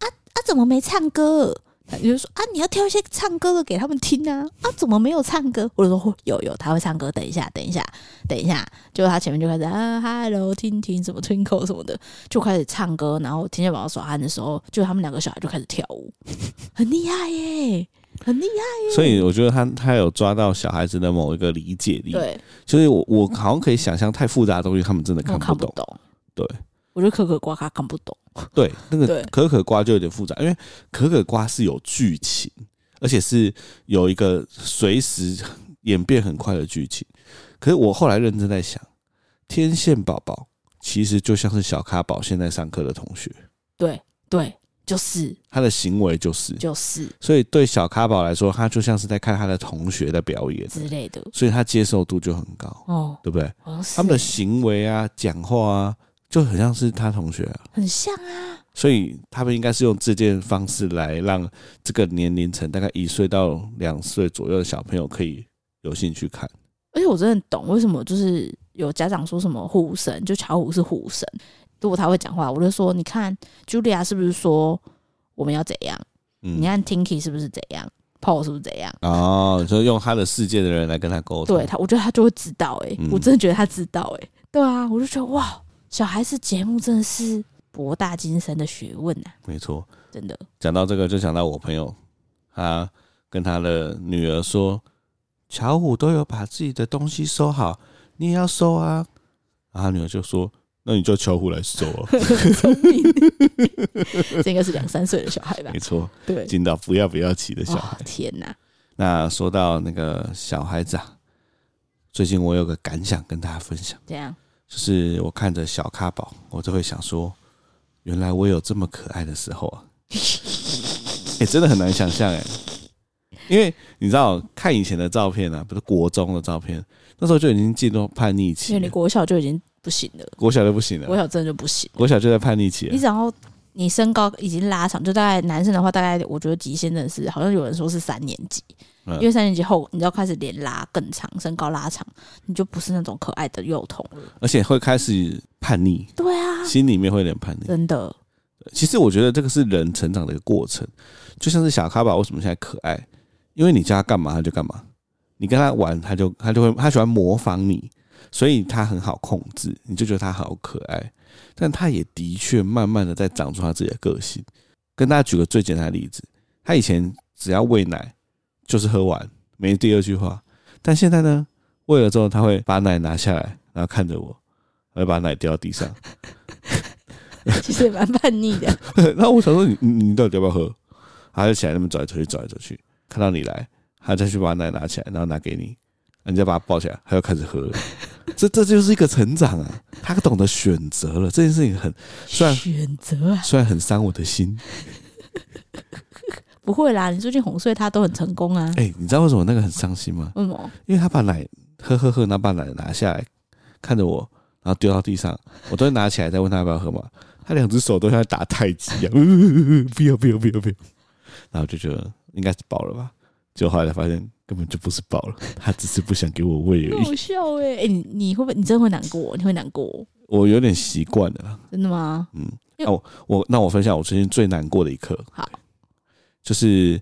S2: 啊啊，怎么没唱歌？”她就说：“啊，你要挑一些唱歌的给他们听啊！啊，怎么没有唱歌？”我就说：“哦有有，他会唱歌，等一下，等一下，等一下。”就他前面就开始啊，Hello，听听什么 Twinkle 什么的，就开始唱歌。然后天线宝宝耍憨的时候，就他们两个小孩就开始跳舞， [laughs] 很厉害耶，很厉害。
S1: 所以我觉得他他有抓到小孩子的某一个理解力，
S2: 对，
S1: 就是我我好像可以想象太复杂的东西他们真的
S2: 我
S1: 哦看
S2: 看
S1: 不
S2: 不
S1: 懂。
S2: 懂。
S1: 对，
S2: 我觉得可可瓜卡看不懂。
S1: 对，那
S2: 对
S1: 个可可瓜就有点复杂，因为可可瓜是有剧情，而且是有一个随时演变很快的剧情。可是我后来认真在想，天线宝宝其实就像是小咖宝现在上课的同学，
S2: 对对，就是
S1: 他的行为就是，
S2: 就是
S1: 所以对小咖宝来说，他就像是在看他的同学的表演，
S2: 之类的。
S1: 所以他接受度就很高，
S2: 哦，
S1: 对不对？
S2: 好像是
S1: 他们的行为啊、讲话啊，就很像是他同学啊，
S2: 很像啊，
S1: 所以他们应该是用这件方式来让这个年龄层大概一岁到两岁左右的小朋友可以有兴趣看。
S2: 而且我真的很懂为什么就是有家长说什么虎神，就巧虎是虎神，如果他会讲话，我就说你看 Julia 是不是说我们要怎样？
S1: 嗯
S2: 你看 Tinky 是不是怎样？Paul 是不是怎样？
S1: 哦，所以用他的世界的人来跟他沟通。
S2: 对他，我觉得他就会知道、欸，
S1: 嗯
S2: 我真的觉得他知道、欸，对啊，我就觉得哇，小孩子节目真的是博大精深的学问啊，
S1: 没错。
S2: 真
S1: [laughs]
S2: 的，
S1: 讲到这个，就想到我朋友，他跟他的女儿说：“巧虎都有把自己的东西收好，你也要收啊。”然后他女儿就说：“那你叫巧虎来收啊。
S2: 很聪明，这应该是两三岁的小
S1: [laughs]
S2: 孩”吧
S1: 没？错，
S2: 对，
S1: 进到不要不要骑的小孩
S2: 哇，。天哪，
S1: 那说到那个小孩子啊，最近我有个感想跟大家分享，
S2: 这样
S1: 就是我看着小咖宝，我就会想说，原来我有这么可爱的时候啊！ [laughs] 哎、真的很难想象哎、因为你知道看以前的照片啊，不是国中的照片，那时候就已经进入叛逆
S2: 因
S1: 期
S2: 为你
S1: 了，
S2: 国小就已经不行了，
S1: 国小就不行
S2: 国
S1: 了，
S2: 小真的就不行。
S1: 国小就在叛逆期
S2: 你
S1: 了，
S2: 只要你身高已经拉长，就大概男生的话，大概我觉得极限真的是，好像有人说是三年级，
S1: 嗯
S2: 因为三年级后你知道开始脸拉更长，身高拉长，你就不是那种可爱的幼童了。
S1: 而且会开始叛逆，
S2: 对啊，
S1: 心里面会有点叛逆。
S2: 真的，
S1: 其实我觉得这个是人成长的一个过程，就像是小咖宝为什么现在可爱，因为你叫他干嘛他就干嘛，你跟他玩他就他就会他喜欢模仿你，所以他很好控制，你就觉得他好可爱。但他也的确慢慢的在长出他自己的个性。跟大家举个最简单的例子，他以前只要喂奶就是喝完，没第二句话，但现在呢，喂了之后他会把奶拿下来，然后看着我，他会把奶掉到地上。
S2: 其实也蛮叛逆的。
S1: 然后我想说你你你到底要不要喝？他就起来那么走来走去走来走去，看到你来，他再去把奶拿起来，然后拿给你，你再把它抱起来，他又开始喝了。这这就是一个成长啊，他懂得选择了，这件事情很 [laughs] 虽然
S2: 选择啊，
S1: 虽然很伤我的心。
S2: 不会啦，你最近哄睡他都很成功啊。
S1: 哎、你知道为什么那个很伤心吗？
S2: 为什么？
S1: 因为他把奶喝喝喝，然后把奶拿下来，看着我，然后丢到地上，我都会拿起来再问他要不要喝嘛。 [laughs] 他两只手都像在打太极一样， [laughs] 呃不要不要不要不要。然后就觉得应该是饱了吧，结果后来才发现根本就不是饱了，他只是不想给我喂而
S2: [laughs] 很
S1: 已。
S2: 好笑哎、欸你你会不会你真的会难过？你会难过？
S1: 我有点习惯了啦，
S2: 真的吗？
S1: 嗯。
S2: 因
S1: 那、
S2: 为
S1: 我我那我分享我最近最难过的一刻，
S2: 好，
S1: 就是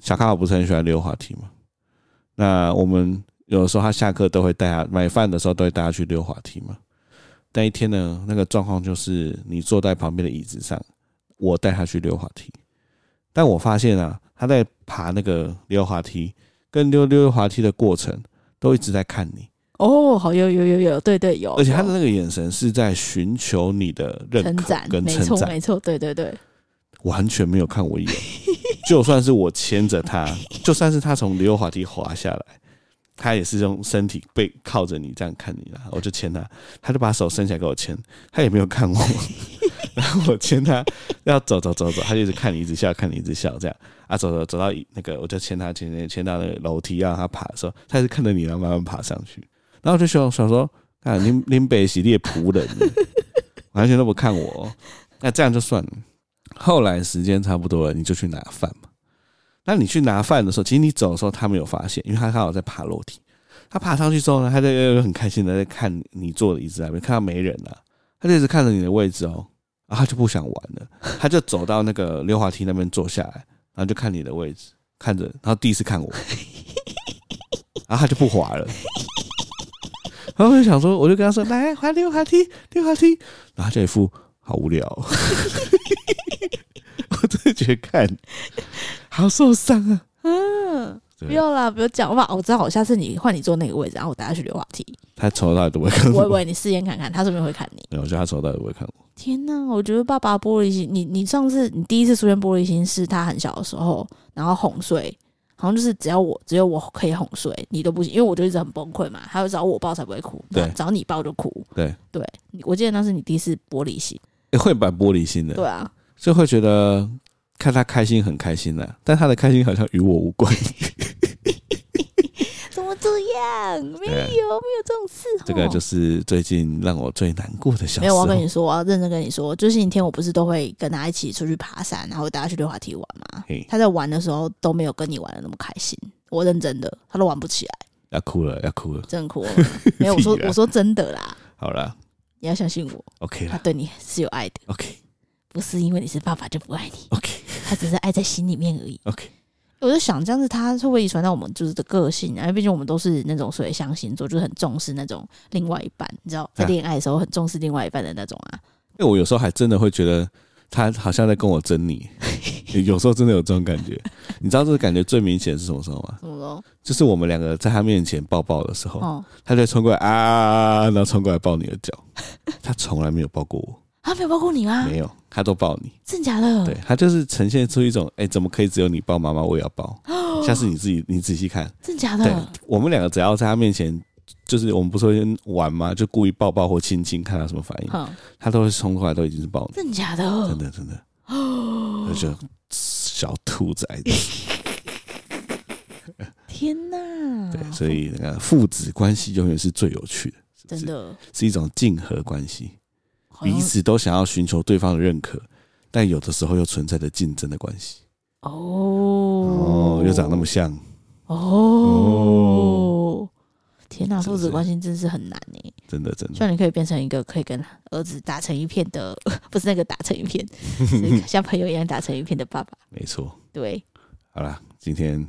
S1: 小咖不是很喜欢溜滑梯嘛？那我们有时候他下课都会带他买饭的时候都会带他去溜滑梯嘛。那一天呢，那个状况就是你坐在旁边的椅子上，我带他去溜滑梯，但我发现啊，他在爬那个溜滑梯跟溜溜滑梯的过程都一直在看你，
S2: 哦，好有有有有，对对有，
S1: 而且他的
S2: 有
S1: 那个眼神是在寻求你的认
S2: 哦称
S1: 可
S2: 赞，
S1: 跟
S2: 没
S1: 称
S2: 错
S1: 赞，
S2: 没错，对对对，
S1: 完全没有看我一眼。 [laughs] 就算是我牵着他，就算是他从溜滑梯滑下来，他也是用身体背靠着你这样看你啦。我就牵他，他就把手伸起来给我牵，他也没有看我。然后我牵他要走走走走，他就一直看你，一直笑，看你一直笑这样啊，走走走到一那个，我就牵他牵牵牵到那个楼梯要让他爬的时候，他也是看着你，然后慢慢爬上去。然后我就想想说，啊，林林北喜列仆人，完全都不看我、哦，那这样就算了。后来时间差不多了，你就去拿饭嘛。那你去拿饭的时候，其实你走的时候他没有发现，因为他刚好在爬楼梯。他爬上去之后呢，他在呃很开心的在看你坐的椅子那边，看到没人啊，他就一直看着你的位置哦，啊，他就不想玩了，他就走到那个溜滑梯那边坐下来，然后就看你的位置，看着，然后第一次看我，然后他就不滑了。然后我就想说，我就跟他说：“来，滑溜滑梯，溜滑梯。”然后他就一副好无聊哦、我真的觉得看好受伤啊。
S2: 嗯，
S1: 对
S2: 不要啦，不要讲哇，我知道，我下次你换你坐那个位置，然后我带他去溜滑
S1: [laughs]
S2: 梯，
S1: 他从头到尾都不会看
S2: 我以
S1: 我，
S2: 为你试验看看，他是不是会看你？
S1: 没有我觉得他从头到尾都不会看我。
S2: 天呐，我觉得爸爸玻璃心，你你上次你第一次出现玻璃心是他很小的时候，然后哄睡，好像就是只要我只有我可以哄睡，你都不行，因为我就一直很崩溃嘛，他会找我抱才不会哭，
S1: 对
S2: 找你抱就哭，
S1: 对
S2: 对，你我记得那是你第一次玻璃心，
S1: 欸会蛮玻璃心的，
S2: 对啊，
S1: 就会觉得看他开心很开心的、但他的开心好像与我无
S2: [laughs]
S1: 关。
S2: 怎么这样？没
S1: 对
S2: 有没有这种事哦，
S1: 这个就是最近让我最难过的小时
S2: 没有，我
S1: 候
S2: 要。跟你说，我要认真跟你说，就星期天我不是都会跟他一起出去爬山，然后大家去溜滑梯玩嘛
S1: 嘿。
S2: 他在玩的时候都没有跟你玩的那么开心，我认真的，他都玩不起来，
S1: 要哭了，要哭了。
S2: 真的哭
S1: [laughs]
S2: 了。没有，我说
S1: 屁啦
S2: 我说真的啦，
S1: 好了
S2: 你要相信我，
S1: ，OK
S2: 他
S1: 了
S2: 对你是有爱的，
S1: ，OK，OK，OK，、。
S2: 不是因为你是爸爸就不爱你，他只是爱在心里面而已
S1: OK，
S2: 我就想，这样子他会不会遗传到我们就是的个性啊？因为毕竟我们都是那种水象星座，就是很重视那种另外一半，你知道，在
S1: 啊
S2: 恋爱的时候很重视另外一半的那种啊。
S1: 因为我有时候还真的会觉得他好像在跟我争
S2: [laughs]
S1: 你，有时候真的有这种感觉。你知道这个感觉最明显是什么时候吗？
S2: 怎么了？
S1: 就是我们两个在他面前抱抱的时候，
S2: 哦，
S1: 他就冲过来啊，然后冲过来抱你的脚。他从来没有抱过我，
S2: 他啊没有包括你吗？
S1: 没有，他都抱你。
S2: 真假的？
S1: 对他就是呈现出一种，哎、怎么可以只有你抱妈妈，我也要抱。下次你自己你仔细看，
S2: 真假
S1: 对
S2: 的？
S1: 我们两个只要在他面前，就是我们不是会玩吗？就故意抱抱或亲亲，看他什么反应，
S2: 哼，
S1: 他都会冲过来，都已经是抱你，
S2: 真假
S1: 真
S2: 的？
S1: 的真的，我就小兔崽子。
S2: 天哪！ [laughs]
S1: 对，所以那个父子关系永远是最有趣的，
S2: 真的
S1: 是一种竞合关系。
S2: 好像
S1: 彼此都想要寻求对方的认可，但有的时候又存在着竞争的关系。
S2: 哦
S1: 哦，又长那么像，
S2: 哦。天哪，
S1: 是
S2: 父
S1: 不是
S2: 子关系真是很难呢。
S1: 真的真
S2: 希
S1: 的，
S2: 望你可以变成一个可以跟儿子打成一片的， [laughs] 不是那个打成
S1: [laughs]
S2: 一片，是像朋友一样打成一片的爸爸。
S1: 没错。
S2: 对，
S1: 好啦，今
S2: [laughs]
S1: 天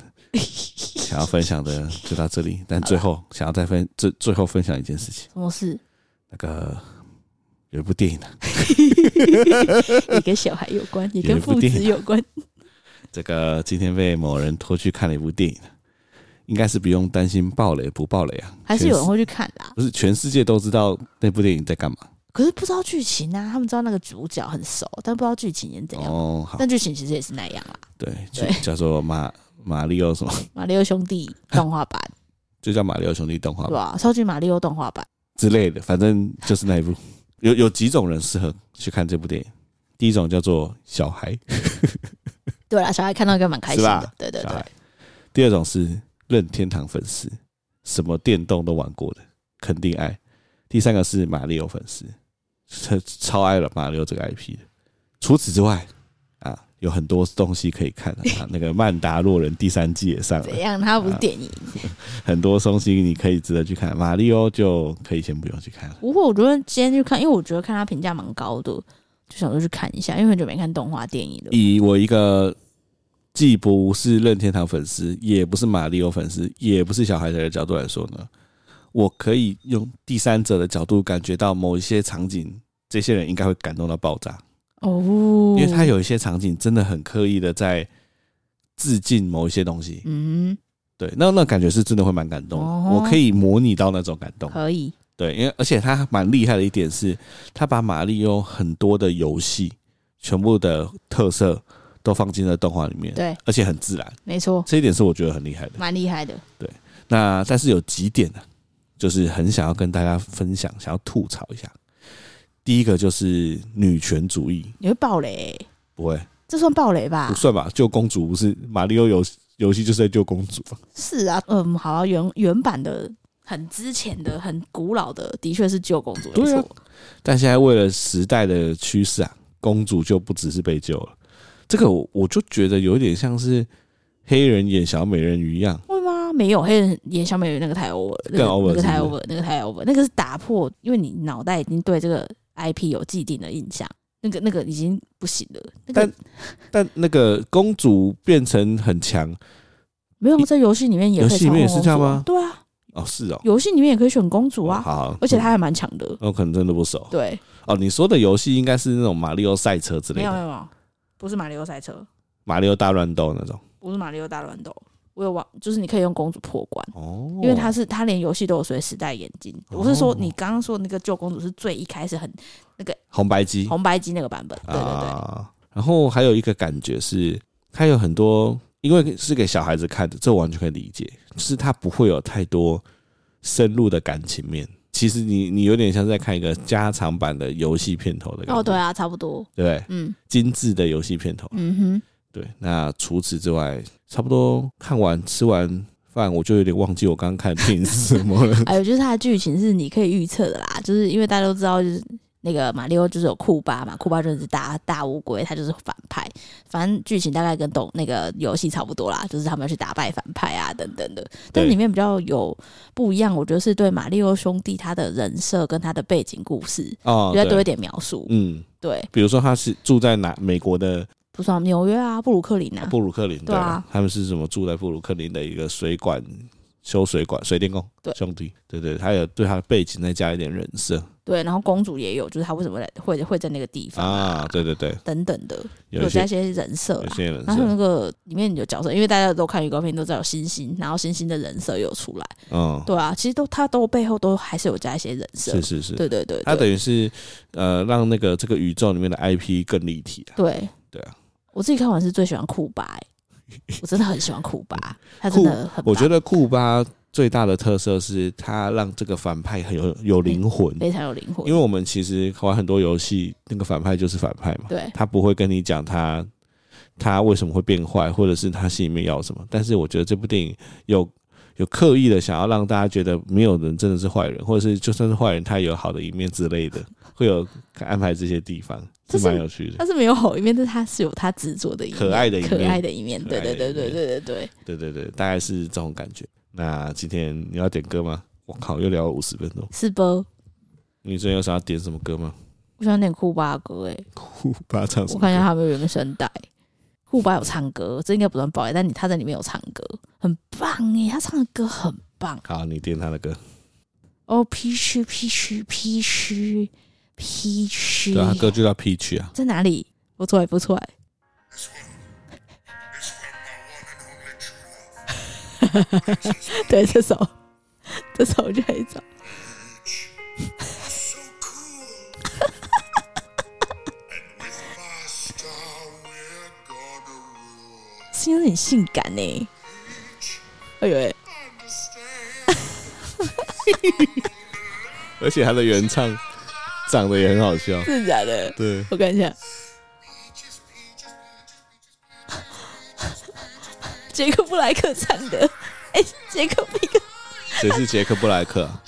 S1: 想要分享的就到这里，但最后想要再分最最后分享一件事情，
S2: 什么事？
S1: [laughs] 那个有一部电影啊，
S2: 也跟小孩有关，也
S1: 有
S2: 跟
S1: 一部啊
S2: 父
S1: 电
S2: 子
S1: 影
S2: 有关。
S1: 这个今天被某人拖去看了一部电影啊，应该是不用担心暴雷不暴雷啊，
S2: 还是有人
S1: 全世
S2: 会去看啦，
S1: 不是全世界都知道那部电影在干嘛
S2: 可是不知道剧情啊。他们知道那个主角很熟，但不知道剧情演怎样。
S1: 哦，好，
S2: 但剧情其实也是那样啊啦。
S1: 对，就
S2: 啊对
S1: 叫做马马里奥什么，
S2: 马里奥兄弟动画版，
S1: 就叫马里奥兄弟动画
S2: 对
S1: 吧
S2: 吧、超级马里奥动画版，
S1: 之类的，反正就是那一部。有有几种人适合去看这部电影，第一种叫做小孩，
S2: 对啦，小孩看到应该蛮开心
S1: 是
S2: 的
S1: 吧，
S2: 对对
S1: 小
S2: 对
S1: 孩，；第二种是任天堂粉丝，什么电动都玩过的，肯定爱；第三个是马里奥粉丝，超超爱了马里奥这个 IP 的。除此之外，啊，有很多东西可以看
S2: [laughs]
S1: 啊，那个《曼达洛人》第三季也上了
S2: 怎，样？它不是电
S1: 嗯
S2: 影？
S1: 很多东西你可以值得去看。马里奥就可以先不用去看了。
S2: 不过我觉得今天去看，因为我觉得看它评价蛮高的，就想说去看一下，因为很久没看动画电影了。
S1: 以我一个既不是任天堂粉丝，也不是马里奥粉丝，也不是小孩子的角度来说呢，我可以用第三者的角度感觉到某一些场景，这些人应该会感动到爆炸，
S2: 哦，
S1: 因为他有一些场景真的很刻意的在致敬某一些东西。
S2: 嗯，
S1: 对，那那感觉是真的会蛮感动的，
S2: 哦
S1: 我可以模拟到那种感动。
S2: 可以，
S1: 对，因为而且他蛮厉害的一点是，他把马里奥很多的游戏全部的特色都放进了动画里面。
S2: 对，
S1: 而且很自然，
S2: 没错，
S1: 这一点是我觉得很厉害的。
S2: 蛮厉害的。
S1: 那但是有几点呢、就是很想要跟大家分享，想要吐槽一下。第一个就是女权主义，
S2: 你会爆雷，欸
S1: 不会
S2: 这算爆雷吧
S1: 不？算吧？救公主不是马里奥游游戏就是在救公主嘛
S2: 是啊，嗯，好啊，原原版的很之前的、很古老的，的确是旧公主，没
S1: 对啊
S2: 错。
S1: 但现在为了时代的趋势啊，公主就不只是被救了。这个我我就觉得有点像是黑人演小美人鱼一样，
S2: 会吗？没有，黑人演小美人那个太 over，了那
S1: 更
S2: 个
S1: over，
S2: 那个太
S1: 是不
S2: over，那个太 over，那个是打破，因为你脑袋已经对这个 IP 有既定的印象，那个那个已经不行了。那个
S1: 但但那个公主变成很强
S2: 没有在游戏里面也可以
S1: 游戏里面也
S2: 操控
S1: 是这样
S2: 公主啊
S1: 吗
S2: 对啊，
S1: 哦，是哦，
S2: 游戏里面也可以选公主
S1: 哦
S2: 啊，
S1: 好好，
S2: 而且她还蛮强的。
S1: 那我可能真的不熟。
S2: 对，
S1: 哦，你说的游戏应该是那种马里奥赛车之类
S2: 没有没
S1: 的，
S2: 有没有，不是马里奥赛车，
S1: 马里奥大乱斗那种。
S2: 不是马里奥大乱斗。我有玩，就是你可以用公主破关，
S1: 哦
S2: 因为她是她连游戏都有随时戴眼镜。我是说
S1: 哦
S2: 你刚刚说的那个旧公主是最一开始很
S1: 红白机，
S2: 红白机那个版本，对对对，
S1: 啊。然后还有一个感觉是，它有很多，因为是给小孩子看的，这我完全可以理解，就是它不会有太多深入的感情面。其实你你有点像是在看一个加长版的游戏片头的感觉，
S2: 哦对啊，差不多，
S1: 对不对？
S2: 嗯
S1: 精致的游戏片头，
S2: 嗯哼。
S1: 对。那除此之外，差不多看完吃完饭，我就有点忘记我刚刚看的电影是什
S2: [laughs]
S1: 么了。
S2: 还有就是它的剧情是你可以预测的啦，就是因为大家都知道，就是那个马里奥就是有库巴嘛，库巴就是大大乌龟，他就是反派。反正剧情大概跟懂那个游戏差不多啦，就是他们要去打败反派啊等等的。但
S1: 对
S2: 里面比较有不一样，我觉得是对马里奥兄弟他的人设跟他的背景故事
S1: 哦
S2: 比，较多
S1: 对，
S2: 一点描述。
S1: 嗯，
S2: 对，
S1: 比如说他是住在哪美国的
S2: 不算纽约啊，布鲁克林啊，
S1: 布鲁克林，
S2: 对啊
S1: 他们是什么住在布鲁克林的一个水管修水管水电工
S2: 对
S1: 兄弟，对对，他有对他的背景再加一点人设
S2: 对，然后公主也有，就是她为什么来会会在那个地方啊
S1: 啊，对对对，
S2: 等等的，
S1: 有
S2: 有啊
S1: 一些
S2: 加一些人设
S1: 有
S2: 啦。
S1: 些人
S2: 然后那
S1: 设，
S2: 个里面有角色，因为大家都看预告片都知道有星星，然后星星的人设也有出来，
S1: 嗯，
S2: 对啊，其实都他都背后都还是有加一些人设，
S1: 是是是，
S2: 对对对
S1: 他
S2: 对
S1: 等于是呃让那个这个宇宙里面的 IP 更立体啊。
S2: 对
S1: 对啊，
S2: 我自己看完是最喜欢库巴、欸我真的很喜欢库
S1: [laughs]
S2: 巴，他真的很棒，
S1: 我觉得库巴最大的特色是他让这个反派很有有灵魂，
S2: 非常有灵魂，
S1: 因为我们其实玩很多游戏，那个反派就是反派嘛，
S2: 对
S1: 他不会跟你讲他他为什么会变坏，或者是他心里面要什么。但是我觉得这部电影有有刻意的想要让大家觉得没有人真的是坏人，或者是就算是坏人，他也有好的一面之类 [laughs] 的，会有安排这些地方，
S2: 这
S1: 是呃
S2: 是
S1: 蛮有趣的。
S2: 他是没有好一面，但是他是有他执着的一面，
S1: 可爱的一面
S2: 可爱的一面，
S1: 可
S2: 对
S1: 爱的
S2: 对对对
S1: 一面
S2: 对对对，
S1: 对对对，大概是这种感觉。那今天你要点歌吗？我靠，又聊了五十分钟。
S2: 是不？
S1: 你最近有想要点什么歌 [laughs] 吗？
S2: 我想点库巴的歌诶、欸
S1: 哭吧，唱什
S2: 我
S1: 么
S2: 看一下
S1: 歌？
S2: 他有没有原声带。库巴有唱歌，这应该不算爆雷，但你他在里面有唱歌，很棒耶！他唱的歌很棒
S1: 好，你点他的歌。
S2: 哦，皮区皮区皮区皮区
S1: 对啊，他歌就叫《Peach》啊。
S2: 在哪里？不错欸不错， [laughs] 对这首这首 [laughs] 我就可以找，
S3: so cool. and with my star, we're gonna rule.
S2: 是因为你性感呢。哎呦喂，
S3: Understand?
S1: 而且他的原唱长得也很好笑。
S2: 真的假的？
S1: [laughs] 对，
S2: 我看一下，
S3: Peaches, peaches, peaches, peaches, peaches.
S2: [laughs] 杰克布莱克唱的，哎、杰克布莱克 [laughs]
S1: 谁是杰克布莱克啊？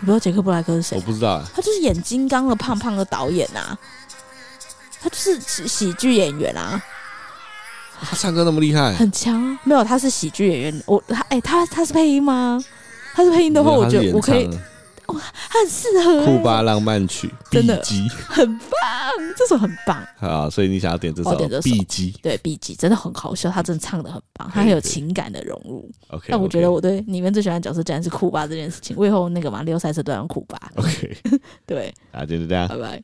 S2: 你不知道杰克布莱克是谁
S1: 我？不知道啊，
S2: 他就是演《金刚》的胖胖的导演啊，他就是喜喜剧演员啊，
S1: 他唱歌那么厉害，
S2: 很强。啊没有，他是喜剧演员。我他哎、他他是配音吗？他是配音的话，
S1: 没有
S2: 我
S1: 他
S2: 觉
S1: 是
S2: 得
S1: 演
S2: 我可以
S1: 唱的
S2: 他很适合、
S1: 《
S2: 欸。
S1: 库巴浪漫曲》
S2: 真的
S1: B 级
S2: 很棒，这首很棒。
S1: 啊，所以你想要点这
S2: 我
S1: 首
S2: 哦点这首
S1: B 级
S2: 对，B G 真的很好笑，他真的唱的很棒，他很有情感的融入。
S1: ，OK，
S2: 但我觉得我对里面最喜欢的角色
S1: 哦
S2: 竟然是库巴这件事情，我以后那个嘛溜赛车都要用库巴。
S1: OK，
S2: 对，
S1: 啊，就是这样。
S2: 拜拜。